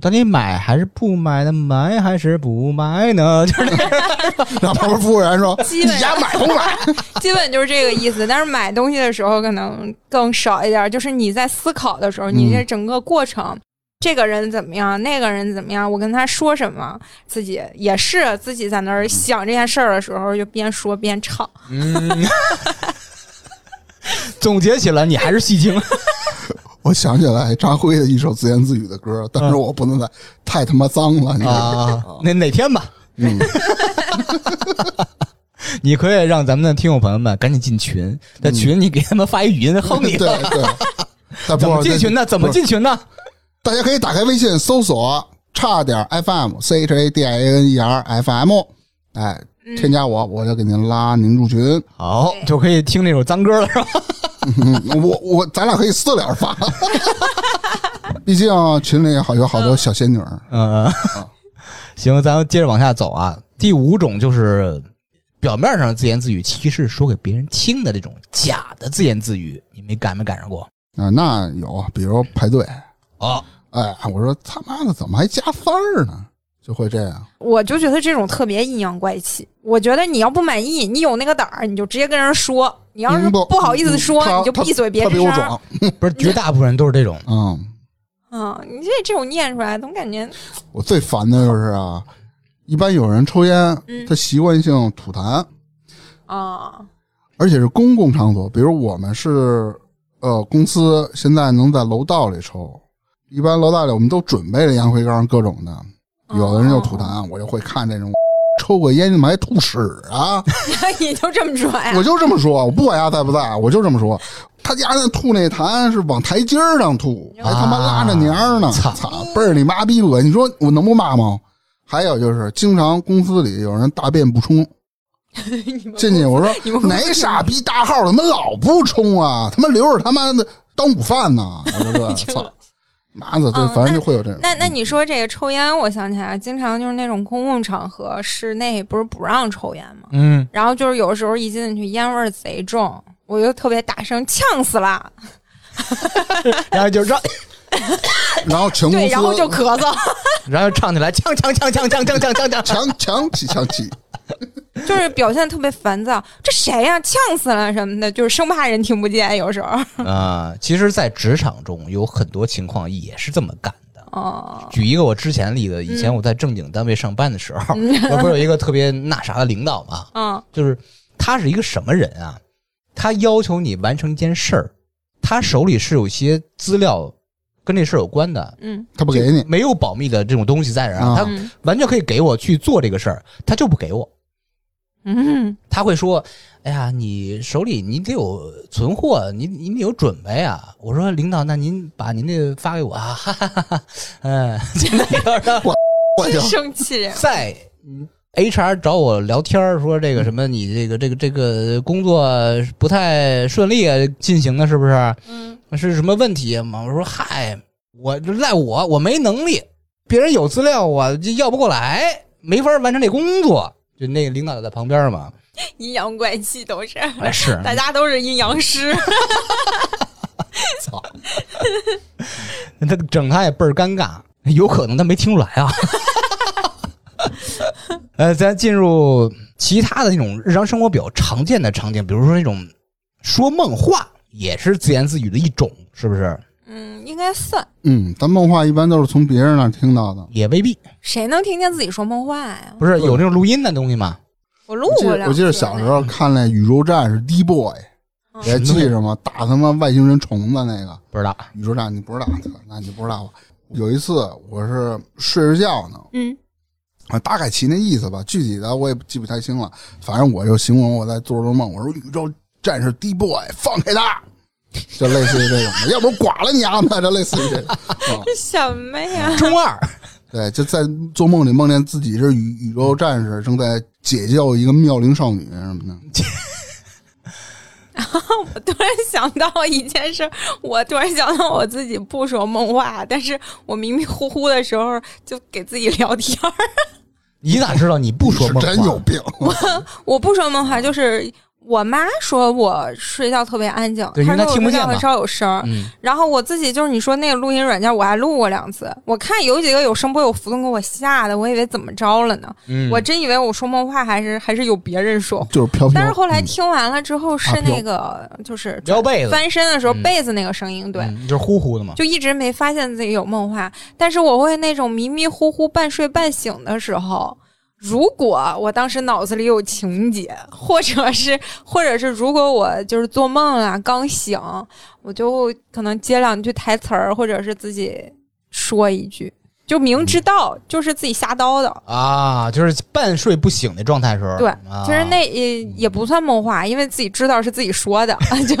Speaker 1: 到底买还是不买呢？买还是不买呢？就是
Speaker 3: 然后旁边服务员说：“
Speaker 2: 基
Speaker 3: 你
Speaker 2: 本
Speaker 3: 家买不买
Speaker 2: 基本就是这个意思。但是买东西的时候可能更少一点，就是你在思考的时候，
Speaker 3: 嗯
Speaker 2: 你这整个过程。这个人怎么样？那个人怎么样？我跟他说什么？自己也是自己在那儿想这件事儿的时候，就边说边唱。？”
Speaker 1: 嗯，总结起来，你还是戏精。
Speaker 3: 我想起来张辉的一首自言自语的歌，但是我不能再太他妈脏了，你知道 吗
Speaker 1: 啊， 那哪天吧，
Speaker 3: 嗯，
Speaker 1: 你可以让咱们的听众朋友们赶紧进群，在群里给他们发一语音哼
Speaker 3: 对
Speaker 1: 你。
Speaker 3: 对。但
Speaker 1: 怎
Speaker 3: 不
Speaker 1: 么进群呢？怎么？进群呢？
Speaker 3: 不是大家可以打开微信搜索“差点 FM C H A D I A N E R F M”，哎，
Speaker 2: 嗯
Speaker 3: 添加我，我就给您拉您入群。
Speaker 1: 好， 就可以听那首脏歌 了，是吧？
Speaker 3: 嗯我我咱俩可以私聊发， 毕竟群里好有好多小仙女儿。
Speaker 1: 嗯，行，咱们接着往下走啊。第五种就是表面上自言自语，其实是说给别人听的这种假的自言自语，你们赶没赶上过？
Speaker 3: 啊，那有，比如排队，
Speaker 1: 哦，
Speaker 3: 哎，我说他妈的怎么还加塞儿呢？就会这样，
Speaker 2: 我就觉得这种特别阴阳怪气。我觉得你要不满意，你有那个胆儿，你就直接跟人说。你要是
Speaker 3: 嗯不
Speaker 2: 不好意思说，
Speaker 3: 嗯
Speaker 2: 你就
Speaker 3: 他
Speaker 2: 闭嘴别啊
Speaker 3: 他比
Speaker 2: 吱
Speaker 3: 我
Speaker 2: 声儿。
Speaker 3: 壮，
Speaker 1: 不是，绝大部分人都是这种。
Speaker 3: 嗯，
Speaker 2: 嗯，你这这种念出来，总感觉
Speaker 3: 我最烦的就是啊，一般有人抽烟，
Speaker 2: 嗯
Speaker 3: 他习惯性吐痰，
Speaker 2: 啊，
Speaker 3: 而且是公共场所，比如我们是呃公司现在能在楼道里抽，一般楼道里我们都准备了烟灰缸各种的，有的人
Speaker 2: 哦
Speaker 3: 就吐痰，我就会看这种抽过烟怎么还吐屎啊，
Speaker 2: 你就这么说哎呀？
Speaker 3: 我就这么说，我不管他在不在，我就这么说。他家那吐那痰是往台阶儿上吐，
Speaker 2: 啊
Speaker 3: 还他妈拉着娘儿呢，
Speaker 1: 操
Speaker 3: 操，倍儿你妈逼恶心！你说我能不骂吗？还有就是，经常公司里有人大便不冲，进去我
Speaker 2: 你
Speaker 3: 说
Speaker 2: 们公司
Speaker 3: 哪傻逼大号怎么老不冲啊？他妈留着他妈的当午饭呢！我 就这操，妈的，这
Speaker 2: 嗯
Speaker 3: 反正就会有这种。
Speaker 2: 那那你说这个抽烟，我想起来，经常就是那种公共场合，室内不是不让抽烟吗？
Speaker 1: 嗯，
Speaker 2: 然后就是有时候一进去烟味儿贼重，我就特别大声呛死了，
Speaker 1: 哎然后就让，
Speaker 3: 然后全公
Speaker 2: 对，
Speaker 3: 司
Speaker 2: 然后就咳嗽，
Speaker 1: 然后唱起来，锵锵锵锵锵锵锵锵锵。
Speaker 3: 强强起强起，
Speaker 2: 就是表现特别烦躁。这谁呀、呛死了什么的，就是生怕人听不见。有时 候，
Speaker 1: 啊，其实，在职场中有很多情况也是这么干的。
Speaker 2: 哦，
Speaker 1: 举一个我之前例子，以前我在正经单位上班的时候，我 不是有一个特别那啥的领导嘛，
Speaker 2: 嗯
Speaker 1: 就是他是一个什么人啊？他要求你完成一件事儿，他手里是有一些资料跟这事儿有关的，
Speaker 2: 嗯
Speaker 3: 他不给你，
Speaker 1: 没有保密的这种东西在这儿啊，
Speaker 3: 啊
Speaker 1: 他
Speaker 2: 嗯
Speaker 1: 完全可以给我去做这个事儿，他就不给我。
Speaker 2: 嗯，
Speaker 1: 他会说：“哎呀，你手里你得有存货，你你得有准备啊。”我说：“领导，那您把您的发给我啊。”哈哈哈哈， 嗯，就那个然后
Speaker 3: 我就
Speaker 2: 真 生气人。
Speaker 1: 在嗯 HR 找我聊天儿说这个什么，你这个这个这个工作不太顺利啊进行的，是不是？
Speaker 2: 嗯，
Speaker 1: 是什么问题吗？我说：“嗨，我赖我，我没能力，别人有资料我就要不过来，没法完成这工作。”就那个领导就在旁边嘛，
Speaker 2: 阴阳怪气都是，
Speaker 3: 嗯
Speaker 1: 哎是，
Speaker 2: 大家都是阴阳 师。
Speaker 1: 操！他整他也倍儿尴尬，有可能他没听出来啊。 呃，咱进入其他的那种日常生活比较常见的场景，比如说那种说梦话，也是自言自语的一种，是不是？
Speaker 2: 嗯，应该算。
Speaker 3: 嗯，咱梦话一般都是从别人那儿听到的。
Speaker 1: 也未必，
Speaker 2: 谁能听见自己说梦话呀？
Speaker 1: 不是有那种录音的东西吗？
Speaker 2: 我录
Speaker 3: 我记
Speaker 2: 过
Speaker 3: 得
Speaker 2: 两
Speaker 3: 我记得
Speaker 2: 次
Speaker 3: 小
Speaker 2: 呢
Speaker 3: 时候看那《宇宙战士》D boy，
Speaker 2: 嗯
Speaker 3: 你还记着吗？打他妈外星人虫子那个
Speaker 1: 不知道。
Speaker 3: 宇宙战，士，你不知道？啊那你不知道吧？有一次我是睡着觉呢，
Speaker 2: 嗯
Speaker 3: 啊，大概其那意思吧，具体的我也记不太清了。反正我就形容我在做着梦，我说宇宙战士 D boy 放开他，就类似于这种的，要不然剐了你丫的，就类似于这种。
Speaker 2: 什么呀？
Speaker 1: 中二，
Speaker 3: 对，就在做梦里梦见自己是宇宇宙战士，正在解救一个妙龄少女什么的。
Speaker 2: 我突然想到一件事儿，我突然想到我自己不说梦话，但是我迷迷糊糊的时候就给自己聊天儿。
Speaker 1: 你咋知道你不说
Speaker 3: 是
Speaker 1: 梦话？
Speaker 3: 真有病。
Speaker 2: 我不说梦话，就是我妈说我睡觉特别安静，
Speaker 1: 对因为
Speaker 2: 她
Speaker 1: 她
Speaker 2: 说我
Speaker 1: 听不
Speaker 2: 睡觉
Speaker 1: 见嘛
Speaker 2: 很少有声儿。
Speaker 1: 嗯，
Speaker 2: 然后我自己就是你说那个录音软件，我还录过两次，我看有几个有声波有浮动，给我吓的，我以为怎么着了呢？
Speaker 1: 嗯
Speaker 2: 我真以为我说梦话还是还是有别人说话。
Speaker 3: 就是飘飘。
Speaker 2: 但是后来
Speaker 3: 嗯
Speaker 2: 听完了之后
Speaker 3: 啊
Speaker 2: 是
Speaker 3: 飘
Speaker 2: 那个就是
Speaker 1: 撩被子，
Speaker 2: 翻身的时候
Speaker 1: 嗯
Speaker 2: 被子那个声音，对，
Speaker 1: 嗯就是呼呼的嘛。
Speaker 2: 就一直没发现自己有梦话，但是我会那种迷迷糊糊、半睡半醒的时候，如果我当时脑子里有情节，或者是 或者是如果我就是做梦啊，刚醒，我就可能接两句台词儿，或者是自己说一句，就明知道就是自己瞎叨叨。
Speaker 1: 啊，就是半睡不醒的状态时候。
Speaker 2: 对
Speaker 1: 啊、
Speaker 2: 其实那也也不算梦话，因为自己知道是自己说的， 就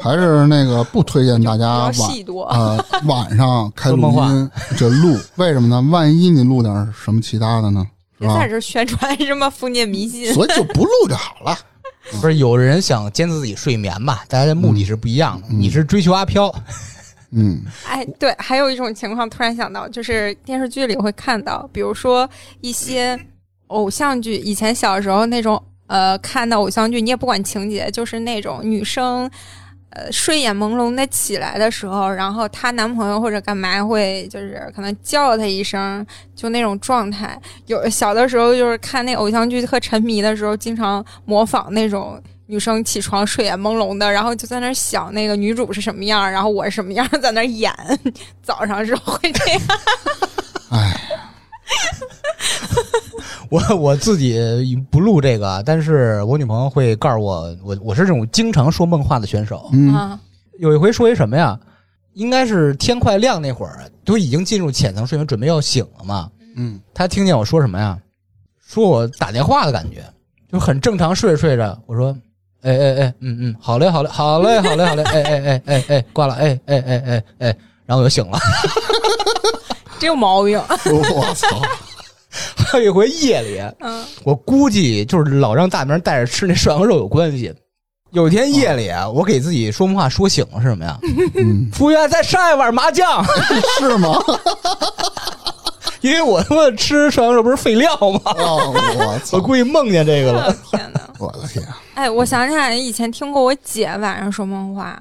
Speaker 3: 还是那个不推荐大家
Speaker 2: 要
Speaker 3: 晚
Speaker 2: 细多。
Speaker 3: 呃晚上开录
Speaker 1: 说梦
Speaker 3: 音这录，为什么呢？万一你录点什么其他的呢？是
Speaker 2: 别
Speaker 3: 吧
Speaker 2: 在？这宣传什么封建迷信，
Speaker 3: 所以就不录就好了。
Speaker 1: 不是有人想监测自己睡眠吧？大家的目的是不一样的。
Speaker 3: 嗯
Speaker 1: 你是追求阿飘，
Speaker 3: 嗯，
Speaker 2: 哎，对，还有一种情况，突然想到，就是电视剧里会看到，比如说一些偶像剧，以前小时候那种，呃，看到偶像剧，你也不管情节，就是那种女生，呃，睡眼朦胧的起来的时候，然后她男朋友或者干嘛会就是可能叫她一声，就那种状态。有小的时候就是看那偶像剧特沉迷的时候，经常模仿那种。女生起床睡眼朦胧的，然后就在那儿想那个女主是什么样，然后我是什么样，在那儿演。早上时候会这样，
Speaker 3: 哎，
Speaker 1: 我我自己不录这个，但是我女朋友会告诉我，我我是这种经常说梦话的选手。
Speaker 3: 嗯，
Speaker 2: 啊，
Speaker 1: 有一回说一什么呀？应该是天快亮那会儿，都已经进入浅层睡眠，准备要醒了嘛。
Speaker 3: 嗯，
Speaker 1: 她听见我说什么呀？说我打电话的感觉，就很正常睡着睡着，我说。哎哎哎，嗯嗯，好嘞，好嘞，好嘞，好嘞，好嘞，哎哎哎哎哎，挂了，哎哎哎哎哎，然后我就醒了。
Speaker 2: 真有毛病。
Speaker 3: 我操，
Speaker 1: 还有一回夜里，
Speaker 2: 嗯，
Speaker 1: 我估计就是老让大明带着吃那涮羊肉有关系。有一天夜里啊，我给自己说梦话说醒了是什么呀？
Speaker 3: 嗯，
Speaker 1: 服务员再上一碗麻酱，
Speaker 3: 是吗？
Speaker 1: 因为我他妈吃涮羊肉不是废料 吗？
Speaker 3: 哦，我操
Speaker 1: 我，估计梦见这个
Speaker 2: 我
Speaker 1: 了。
Speaker 2: 的天哪！
Speaker 3: 我的天， 啊
Speaker 2: 哎，我想起来以前听过我姐晚上说梦话，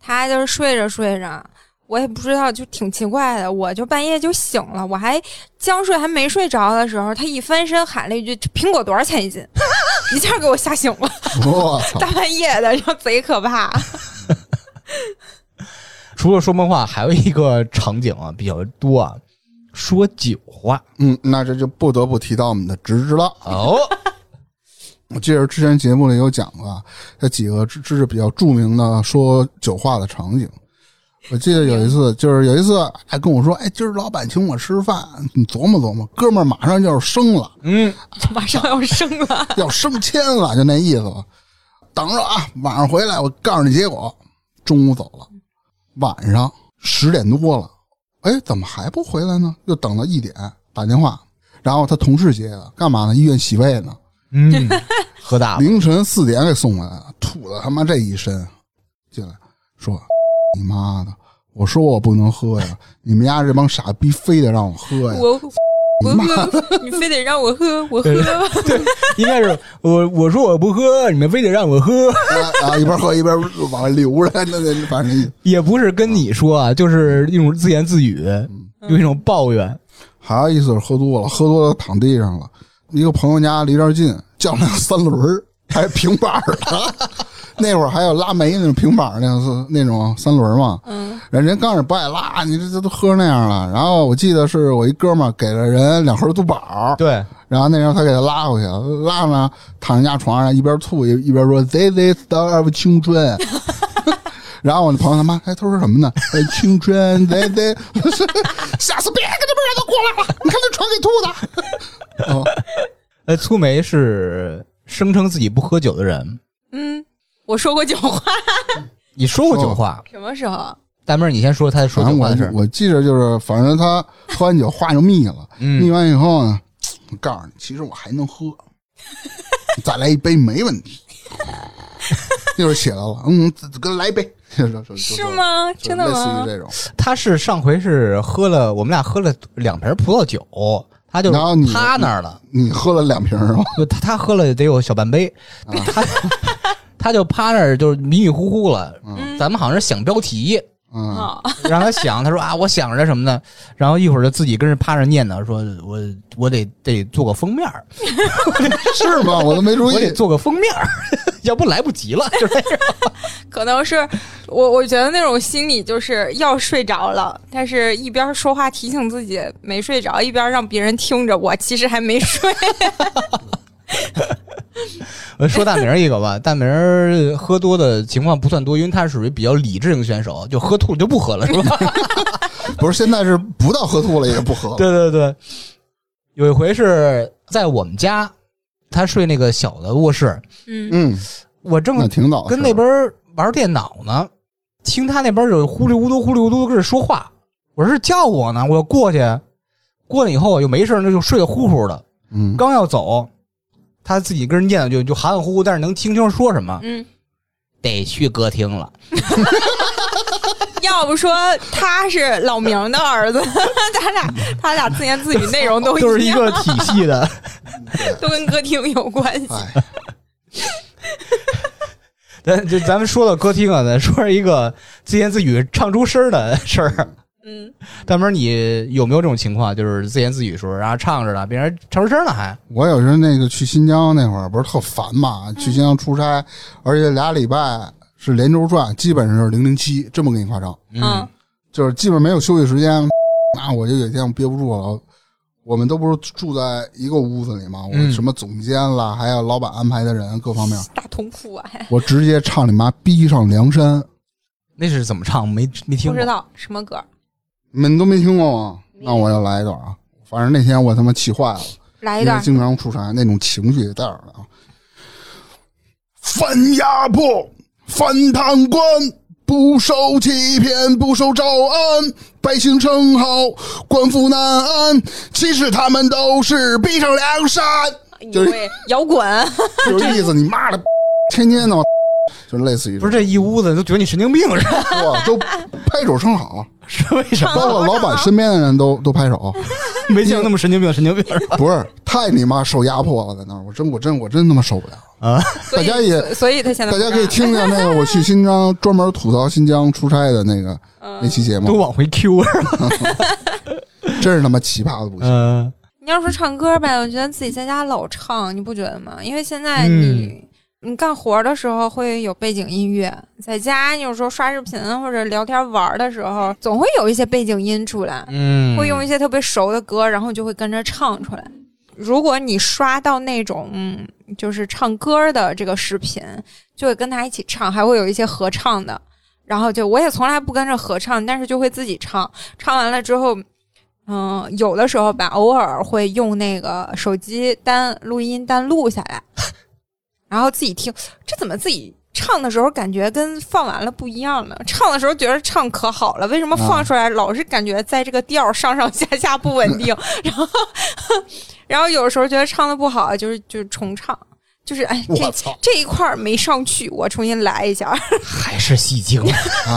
Speaker 2: 她就是睡着睡着，我也不知道，就挺奇怪的，我就半夜就醒了，我还将睡还没睡着的时候，她一翻身喊了一句：“这苹果多少钱一斤？” 一下给我吓醒了，
Speaker 3: 我操，
Speaker 2: 大半夜的，然后贼可怕。
Speaker 1: 除了说梦话，还有一个场景啊比较多啊，说酒话
Speaker 3: 嗯，那这就不得不提到我们的直直了。
Speaker 1: 哦，
Speaker 3: 我记得之前节目里有讲过这几个知知识比较著名的说酒话的场景。我记得有一次，就是有一次还跟我说：“哎，今儿老板请我吃饭，你琢磨琢磨，哥们儿马上就要生了，
Speaker 1: 嗯，
Speaker 2: 马上要生了，
Speaker 3: 要升迁了，就那意思吧。等着啊，晚上回来我告诉你结果。”中午走了，晚上十点多了，哎，怎么还不回来呢？又等到一点打电话，然后他同事接的，干嘛呢？医院洗胃呢。
Speaker 1: 嗯，喝大了，
Speaker 3: 凌晨四点给送回来了，吐了他妈这一身，进来说：“你妈的！”我说我不能喝呀， 你们家这帮傻逼非得让我喝哎呀！
Speaker 2: 我 我喝， 你非得让我喝，我喝吧。
Speaker 1: 应该是我我说我不喝，你们非得让我喝，
Speaker 3: 啊啊，一边喝一边往外流着，那那反正
Speaker 1: 也不是跟你说啊，就是一种自言自语，有一种抱怨。
Speaker 3: 还有一次是喝多了，喝多了躺地上了。一个朋友家离这儿近，叫辆三轮儿，还平板儿的。 那会儿还有拉煤那种平板儿那种那种三轮儿嘛，
Speaker 2: 嗯，
Speaker 3: 人人刚开始不爱拉，你这这都喝那样了。然后我记得是我一哥们儿给了人两盒杜宝儿，
Speaker 1: 对，
Speaker 3: 然后那时候他给他拉回去了，拉呢躺人家床上一边吐一一边说 “This is the of 青春”， 然后我那朋友他妈哎他说什么呢？哎青春 t h i s is 下次别跟他们让他过来了，你看那床给吐的。哦，
Speaker 1: 呃，粗梅是声称自己不喝酒的人。
Speaker 2: 嗯，我说过酒话，
Speaker 1: 你说过酒话，
Speaker 2: 什么时候？啊
Speaker 1: 大妹儿，你先说她 说
Speaker 3: 哦反
Speaker 1: 酒
Speaker 3: 正
Speaker 1: 话
Speaker 3: 我
Speaker 1: 的事儿。
Speaker 3: 我记着就是，反正他喝完酒话就密了，
Speaker 1: 嗯
Speaker 3: 密完以后呢，我告诉你，其实我还能喝，再来一杯没问题。 一会儿起来了，嗯，跟来一杯， 就就就就是
Speaker 2: 吗？
Speaker 3: 就
Speaker 2: 真的
Speaker 3: 类似于
Speaker 2: 吗？
Speaker 3: 这种，
Speaker 1: 她是上回是喝了，我们俩喝了两瓶葡萄酒，他就是
Speaker 3: 然后你
Speaker 1: 趴那儿了，
Speaker 3: 你喝了两瓶啊是吧？
Speaker 1: 就他他喝了得有小半杯，
Speaker 3: 啊
Speaker 1: 他他就趴那儿就是迷迷糊糊了。
Speaker 2: 嗯
Speaker 1: 咱们好像是想标题，
Speaker 3: 嗯，
Speaker 2: 啊，
Speaker 1: 让他想，他说啊，我想着什么呢？然后一会儿就自己跟人趴着念叨，说我我得得做个封面儿，
Speaker 3: 是吗？我都没注
Speaker 1: 我得
Speaker 3: 意。
Speaker 1: 做个封面儿， 要不来不及了。 就是那种
Speaker 2: 可能是我，我觉得那种心理就是要睡着了，但是一边说话提醒自己没睡着，一边让别人听着我其实还没睡。
Speaker 1: 我呃说大明儿一个吧，大明儿喝多的情况不算多，因为他属于比较理智型选手，就喝吐了就不喝了，是吧？
Speaker 3: 不是，现在是不到喝吐了也不喝了。
Speaker 1: 对 对对， 有一回是在我们家，他睡那个小的卧室，
Speaker 2: 嗯
Speaker 3: 嗯，
Speaker 1: 我正
Speaker 3: 那挺早的事
Speaker 1: 跟
Speaker 3: 儿。
Speaker 1: 那边玩电脑呢，听他那边有呼噜呼噜呼噜呼噜跟着说话，我说是叫我呢，我就过去，过去以后我就没事儿，那就睡得呼呼的，
Speaker 3: 嗯，
Speaker 1: 刚要走，他自己跟人念叨就就含含糊糊，但是能听清说什么，
Speaker 2: 嗯，
Speaker 1: 得去歌厅了。
Speaker 2: 要不说他是老明的儿子， 他俩他俩自言自语内容都
Speaker 1: 都是
Speaker 2: 一
Speaker 1: 一
Speaker 2: 样，
Speaker 1: 个体系的，
Speaker 2: 都跟歌厅有关系。
Speaker 3: 哎，
Speaker 1: 咱就咱们说到歌厅啊，咱说一个自言自语唱出声儿的事儿。
Speaker 2: 嗯，
Speaker 1: 大门，你有没有这种情况，就是自言自语时候，然后唱着呢，别人唱出声了还？
Speaker 3: 我有时候那个去新疆那会儿不是特烦
Speaker 1: 嗯
Speaker 3: 嘛，去新疆出差，而且俩礼拜是连轴转，基本上是零零七，这么给你夸张，
Speaker 2: 嗯，
Speaker 3: 就是基本没有休息时间。那我就有一天我憋不住了，我们都不是住在一个屋子里嘛，我
Speaker 1: 嗯
Speaker 3: 什么总监啦，还有老板安排的人各方面，
Speaker 2: 大同裤啊，还
Speaker 3: 我直接唱你妈逼上梁山，
Speaker 1: 那是怎么唱？没没听
Speaker 2: 不
Speaker 1: 过
Speaker 2: 知。道什么歌，
Speaker 3: 你们都没听过吗？那我要来一段啊！反正那天我他妈气坏了。
Speaker 2: 来一
Speaker 3: 因为
Speaker 2: 段。
Speaker 3: 经常出差，那种情绪也带着呢啊。反压迫，反贪官，不受欺骗，不受招安，百姓称号，官府难安。其实他们都是逼上梁山，
Speaker 2: 有位摇滚，
Speaker 3: 就是意思你妈的， 天天的，就类似于
Speaker 1: 不是这一屋子都觉得你神经病是吧？
Speaker 3: 我都拍手称好，
Speaker 1: 是为什么？
Speaker 3: 包括老板身边的人都都拍手。
Speaker 1: 没见过那么神经病，神经病是吧？
Speaker 3: 不是太你妈受压迫了，在那儿，我真我真我真他妈受不了。
Speaker 2: 所以
Speaker 3: 大家也
Speaker 2: 所以他现在
Speaker 3: 大家
Speaker 2: 不
Speaker 3: 可以
Speaker 2: 让
Speaker 3: 听听那个我去新疆专门吐槽新疆出差的那个
Speaker 2: 嗯
Speaker 3: 那期节
Speaker 1: 都
Speaker 3: 目，
Speaker 1: 往回 Q 啊是吧？
Speaker 3: 真是他妈奇葩的不行。
Speaker 1: 嗯，
Speaker 2: 你要说唱歌呗，我觉得自己在家老唱，你不觉得吗？因为现在
Speaker 3: 嗯
Speaker 2: 你、你干活的时候会有背景音乐，在家你有时候刷视频或者聊天玩的时候，总会有一些背景音出来，
Speaker 1: 嗯
Speaker 2: 会用一些特别熟的歌，然后就会跟着唱出来。如果你刷到那种嗯就是唱歌的这个视频，就会跟他一起唱，还会有一些合唱的。然后就我也从来不跟着合唱，但是就会自己唱。唱完了之后，嗯，有的时候吧，偶尔会用那个手机单录音单录下来， 然后自己听。这怎么自己唱的时候感觉跟放完了不一样呢？唱的时候觉得唱可好了，为什么放出来老是感觉在这个调儿上上下下不稳定？ 然后，然后有时候觉得唱的不好，就是就是重唱，就是哎，
Speaker 1: 嗯
Speaker 2: 这
Speaker 3: 我操！
Speaker 2: 这一块儿没上去，我重新来一下。
Speaker 1: 还是戏精。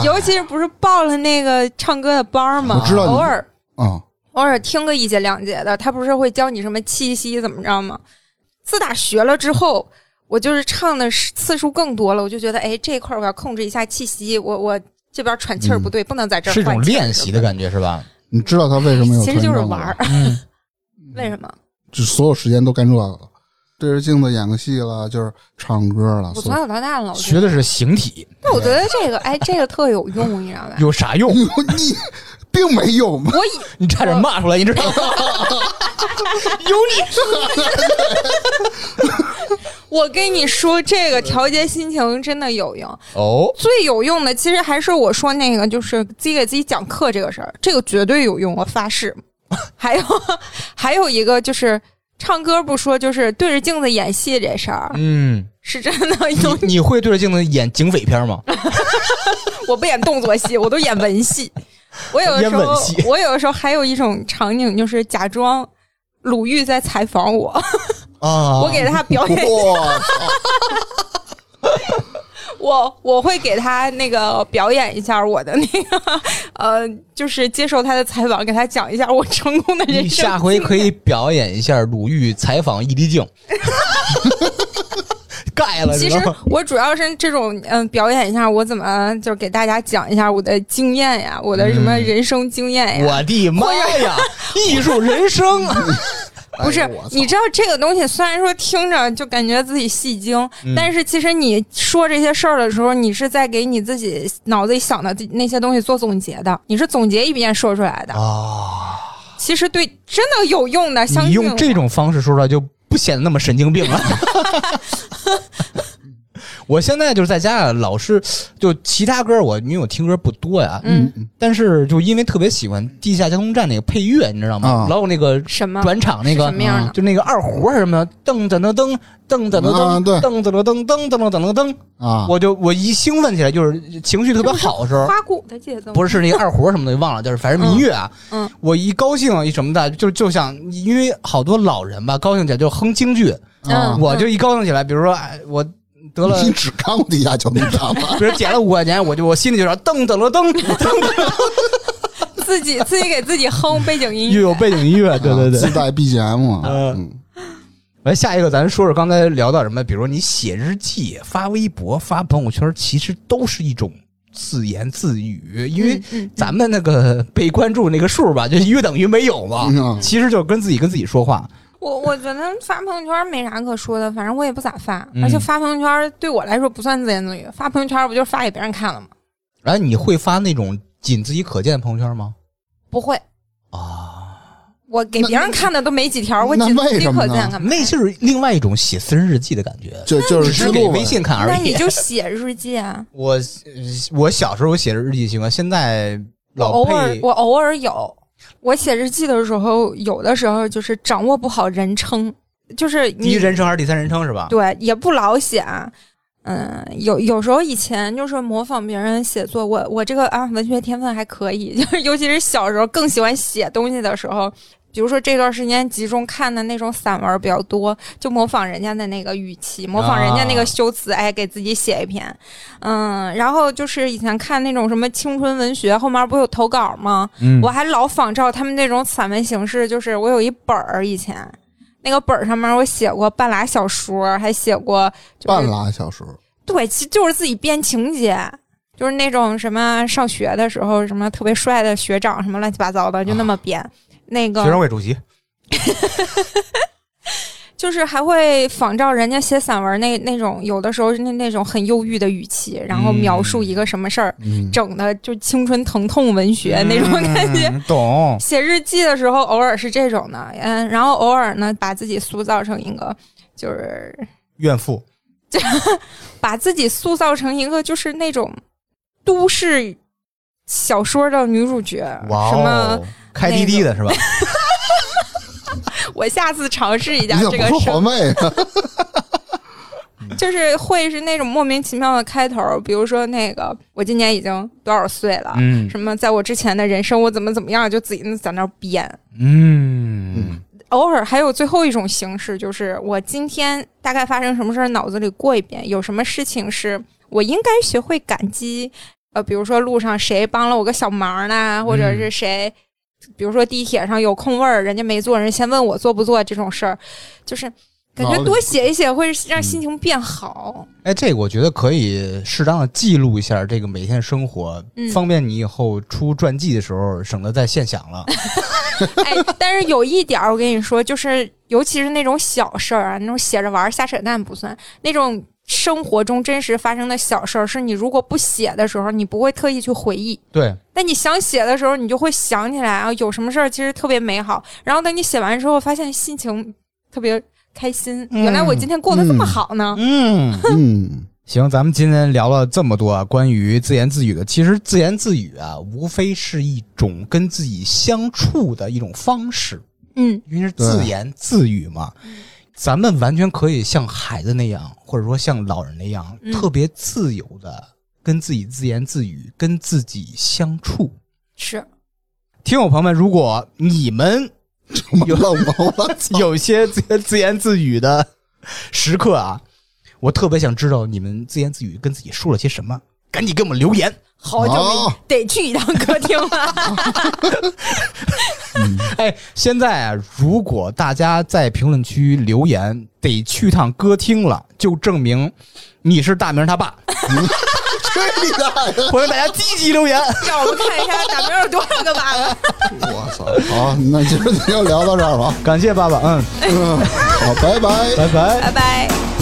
Speaker 2: 尤其是不是报了那个唱歌的班儿吗？
Speaker 3: 啊我知道你
Speaker 2: 偶尔
Speaker 3: 啊，
Speaker 2: 偶尔听个一节两节的，他不是会教你什么气息怎么着吗？自打学了之后，我就是唱的是次数更多了，我就觉得哎，这块儿我要控制一下气息，我我这边喘气儿不对，不能在这
Speaker 1: 嗯
Speaker 2: 儿
Speaker 1: 是一种
Speaker 2: 换气儿
Speaker 1: 练习的感觉是 吧？
Speaker 3: 你知道他为什么有
Speaker 2: 其实就是
Speaker 3: 传染吗
Speaker 2: 玩儿，
Speaker 1: 嗯，
Speaker 2: 为什
Speaker 1: 啊
Speaker 2: 么？
Speaker 3: 就所有时间都干这个了，对着镜子演个戏了，就是唱歌了，
Speaker 2: 我
Speaker 3: 所
Speaker 2: 从
Speaker 3: 有
Speaker 2: 小到大了，我觉
Speaker 1: 学
Speaker 2: 得，
Speaker 1: 的是形体，
Speaker 2: 那我 觉得这个哎，这个特有用，你知道吧？
Speaker 1: 有啥用？
Speaker 3: 你你并没有嘛，
Speaker 2: 我以
Speaker 1: 你差点骂出来，你知道吗？ 有 你
Speaker 2: 我跟你说，这个调节心情真的有用。
Speaker 1: 哦，
Speaker 2: 最有用的，其实还是我说那个，就是自己给自己讲课这个事儿，这个绝对有用，我发誓。 还有，还有一个就是唱歌不说，就是对着镜子演戏这事儿、
Speaker 1: 嗯，
Speaker 2: 是真的
Speaker 1: 你
Speaker 2: 有。
Speaker 1: 你会对着镜子演警匪片吗？
Speaker 2: 我不演动作戏，我都演文戏。我有的时
Speaker 1: 演
Speaker 2: 候
Speaker 1: 吻戏，
Speaker 2: 我有的时候还有一种场景，就是假装鲁豫在采访我，
Speaker 1: 啊
Speaker 2: 我给他表演，
Speaker 3: 我操！
Speaker 2: 我我会给他那个表演一下我的那个呃，就是接受他的采访，给他讲一下我成功的人
Speaker 5: 你
Speaker 2: 生。
Speaker 5: 下回可以表演一下鲁豫采访易立 竞，盖了，
Speaker 2: 其
Speaker 5: 知
Speaker 2: 实
Speaker 5: 道吗？
Speaker 2: 我主要是这种嗯、表演一下我怎么就是给大家讲一下我的经验呀，我的什么
Speaker 1: 嗯
Speaker 2: 人生经验
Speaker 1: 哎
Speaker 2: 呀。
Speaker 5: 我的妈呀，艺术人生 啊！
Speaker 2: 不是
Speaker 3: 哎呦我，操
Speaker 2: 你知道这个东西虽然说听着就感觉自己戏精，
Speaker 1: 嗯
Speaker 2: 但是其实你说这些事儿的时候，你是在给你自己脑子里想的那些东西做总结的，你是总结一遍说出来的。
Speaker 5: 啊，
Speaker 2: 其实对，真的有用的，相
Speaker 1: 你
Speaker 2: 信
Speaker 1: 用
Speaker 2: 我
Speaker 1: 这种方式说出来就不显得那么神经 病了。我现在就是在家啊，老是就其他歌我因为我听歌不多呀，
Speaker 2: 嗯
Speaker 1: 但是就因为特别喜欢《地下交通站》那个配乐，你知道吗？
Speaker 3: 啊
Speaker 1: 老有那个
Speaker 2: 什么
Speaker 1: 转场那
Speaker 2: 是
Speaker 1: 个啊
Speaker 2: 什么样的？
Speaker 1: 就那个二胡还是什么的，噔噔噔噔噔噔噔
Speaker 3: 啊
Speaker 1: 噔
Speaker 3: 对
Speaker 1: 噔噔噔噔噔噔噔噔噔，
Speaker 3: 啊，
Speaker 1: 我就我一兴奋起来，就是情绪特别好的时候，
Speaker 2: 花鼓的节奏
Speaker 1: 不
Speaker 2: 哎是
Speaker 1: 是是那个二胡什么的，忘了，就是反正民乐啊，
Speaker 2: 嗯嗯
Speaker 1: 我一高兴一什么的，就就像因为好多老人吧，高兴起来就哼京剧，
Speaker 3: 啊
Speaker 2: 嗯
Speaker 1: 我就一高兴起来，比如说哎，我得 了。
Speaker 3: 你只看过地下交通站吗？
Speaker 1: 比如捡了五块钱，我就我心里就说噔噔了噔，
Speaker 2: 自己自己给自己哼背景音
Speaker 1: 又有
Speaker 2: 乐。
Speaker 1: 背景音乐， 对对
Speaker 3: 啊自
Speaker 1: 对。
Speaker 3: 带 BGM 嘛。
Speaker 1: 嗯
Speaker 3: 嗯，
Speaker 1: 来下一个，咱说说刚才聊到什么，比如你写日记、发微博、发朋友圈，其实都是一种自言自语，因为
Speaker 2: 嗯嗯
Speaker 1: 咱们那个被关注那个数吧，就约等于没有嘛，
Speaker 3: 嗯啊
Speaker 1: 其实就是跟自己跟自己说话。
Speaker 2: 我我觉得发朋友圈没啥可说的，反正我也不咋发，
Speaker 1: 嗯
Speaker 2: 而且发朋友圈对我来说不算自言自语，发朋友圈不就是发给别人看了吗？
Speaker 1: 然后你会发那种仅自己可见的朋友圈吗？
Speaker 2: 不会，
Speaker 1: 啊，
Speaker 2: 我给别人看的都没几条，
Speaker 3: 那
Speaker 2: 我仅
Speaker 3: 那
Speaker 2: 自
Speaker 3: 为
Speaker 2: 己
Speaker 3: 什么
Speaker 2: 可
Speaker 3: 呢
Speaker 2: 见干嘛？
Speaker 1: 那就是另外一种写私人日记的感觉，
Speaker 3: 就就是
Speaker 1: 只是给
Speaker 3: 录
Speaker 1: 微信看而
Speaker 2: 那你
Speaker 1: 已。
Speaker 2: 就写日记啊。
Speaker 1: 我我小时候写日记习惯，现在
Speaker 2: 我
Speaker 1: 老
Speaker 2: 偶尔
Speaker 1: 配
Speaker 2: 我偶尔有，我写日记的时候，有的时候就是掌握不好人称，就是
Speaker 1: 第一
Speaker 2: 你
Speaker 1: 人称还是第三人称是吧？
Speaker 2: 对也不老写啊。嗯，有有时候以前就是模仿别人写作，我我这个啊文学天分还可以， 就是尤其是小时候更喜欢写东西的时候，比如说这段时间集中看的那种散文比较多，就模仿人家的那个语气，模仿人家那个修辞，哎，给自己写一篇。嗯，然后就是以前看那种什么青春文学，后面不有投稿吗？
Speaker 1: 嗯
Speaker 2: 我还老仿照他们那种散文形式，就是我有一本儿以前。那个本儿上面我写过半拉小说，还写过就是
Speaker 3: 半拉小时，
Speaker 2: 对，其实就是自己编情节，就是那种什么上学的时候，什么特别帅的学长，什么乱七八糟的，就那么编。那
Speaker 1: 啊嗯学生
Speaker 2: 个
Speaker 1: 会主席，
Speaker 2: 就是还会仿照人家写散文那那种，有的时候是那那种很忧郁的语气，然后描述一个什么事儿，
Speaker 3: 嗯，
Speaker 2: 整的就青春疼痛文学那种感觉。
Speaker 1: 嗯懂？
Speaker 2: 写日记的时候，偶尔是这种的，嗯，然后偶尔呢，把自己塑造成一个，就是
Speaker 1: 怨妇
Speaker 2: 把自己塑造成一个就是那种都市小说的女主角，
Speaker 1: 哇
Speaker 2: 啊什么
Speaker 1: 哦，开滴滴的是吧？
Speaker 2: 我下次尝试一
Speaker 3: 你
Speaker 2: 下
Speaker 3: 怎
Speaker 2: 这
Speaker 3: 么
Speaker 2: 个
Speaker 3: 不说
Speaker 2: 事儿
Speaker 3: 环卫 啊？
Speaker 2: 就是会是那种莫名其妙的开头，比如说那个我今年已经多少岁了，
Speaker 1: 嗯
Speaker 2: 什么在我之前的人生我怎么怎么样，就自己在那儿编。
Speaker 1: 嗯
Speaker 3: 嗯
Speaker 2: 偶尔还有最后一种形式，就是我今天大概发生什么事儿，脑子里过一遍，有什么事情是我应该学会感激，呃，比如说路上谁帮了我个小忙呢，
Speaker 3: 嗯
Speaker 2: 或者是谁，比如说地铁上有空位儿，人家没坐，人先问我坐不坐这种事儿，就是感
Speaker 3: 脑
Speaker 2: 觉
Speaker 3: 子嗯
Speaker 2: 多写一写会让心情变好。
Speaker 1: 哎，这个我觉得可以适当的记录一下这个每天生活，
Speaker 2: 嗯
Speaker 1: 方便你以后出传记的时候省得再现想 了。
Speaker 2: 哎，但是有一点儿，我跟你说，就是尤其是那种小事儿啊，那种写着玩儿、瞎扯淡不算，那种生活中真实发生的小事儿，是你如果不写的时候，你不会特意去回忆。
Speaker 1: 对，
Speaker 2: 但你想写的时候，你就会想起来啊，有什么事儿其实特别美好。然后等你写完之后，发现心情特别开心，
Speaker 1: 嗯
Speaker 2: 原来我今天过得这么
Speaker 3: 嗯
Speaker 2: 好呢。
Speaker 1: 嗯。
Speaker 3: 嗯，
Speaker 1: 行，咱们今天聊了这么多啊，关于自言自语的。其实自言自语啊，无非是一种跟自己相处的一种方式，
Speaker 2: 嗯
Speaker 1: 因为是自言自语嘛。咱们完全可以像孩子那样，或者说像老人那样，
Speaker 2: 嗯
Speaker 1: 特别自由的跟自己自言自语，跟自己相处。
Speaker 2: 是
Speaker 1: 听友朋友们，如果你 们
Speaker 2: 哎
Speaker 3: 怎么了？我我操
Speaker 1: 有些自自言自语的时刻啊，我特别想知道你们自言自语跟自己说了些什么，赶紧给我们留言。
Speaker 2: 好久没、
Speaker 3: 哦
Speaker 2: 得去一趟歌厅了。
Speaker 1: 哎，现在啊，如果大家在评论区留言得去趟歌厅了，就证明你是大明他爸。
Speaker 3: 吹你大爷！
Speaker 1: 欢迎大家积极留言。
Speaker 2: 让我们看一下打边有多少个娃娃。
Speaker 3: 我操！好，那今儿就聊到这儿吧。
Speaker 1: 感谢爸爸，嗯，
Speaker 3: 嗯，好，拜拜。
Speaker 1: 拜拜。
Speaker 2: 拜拜。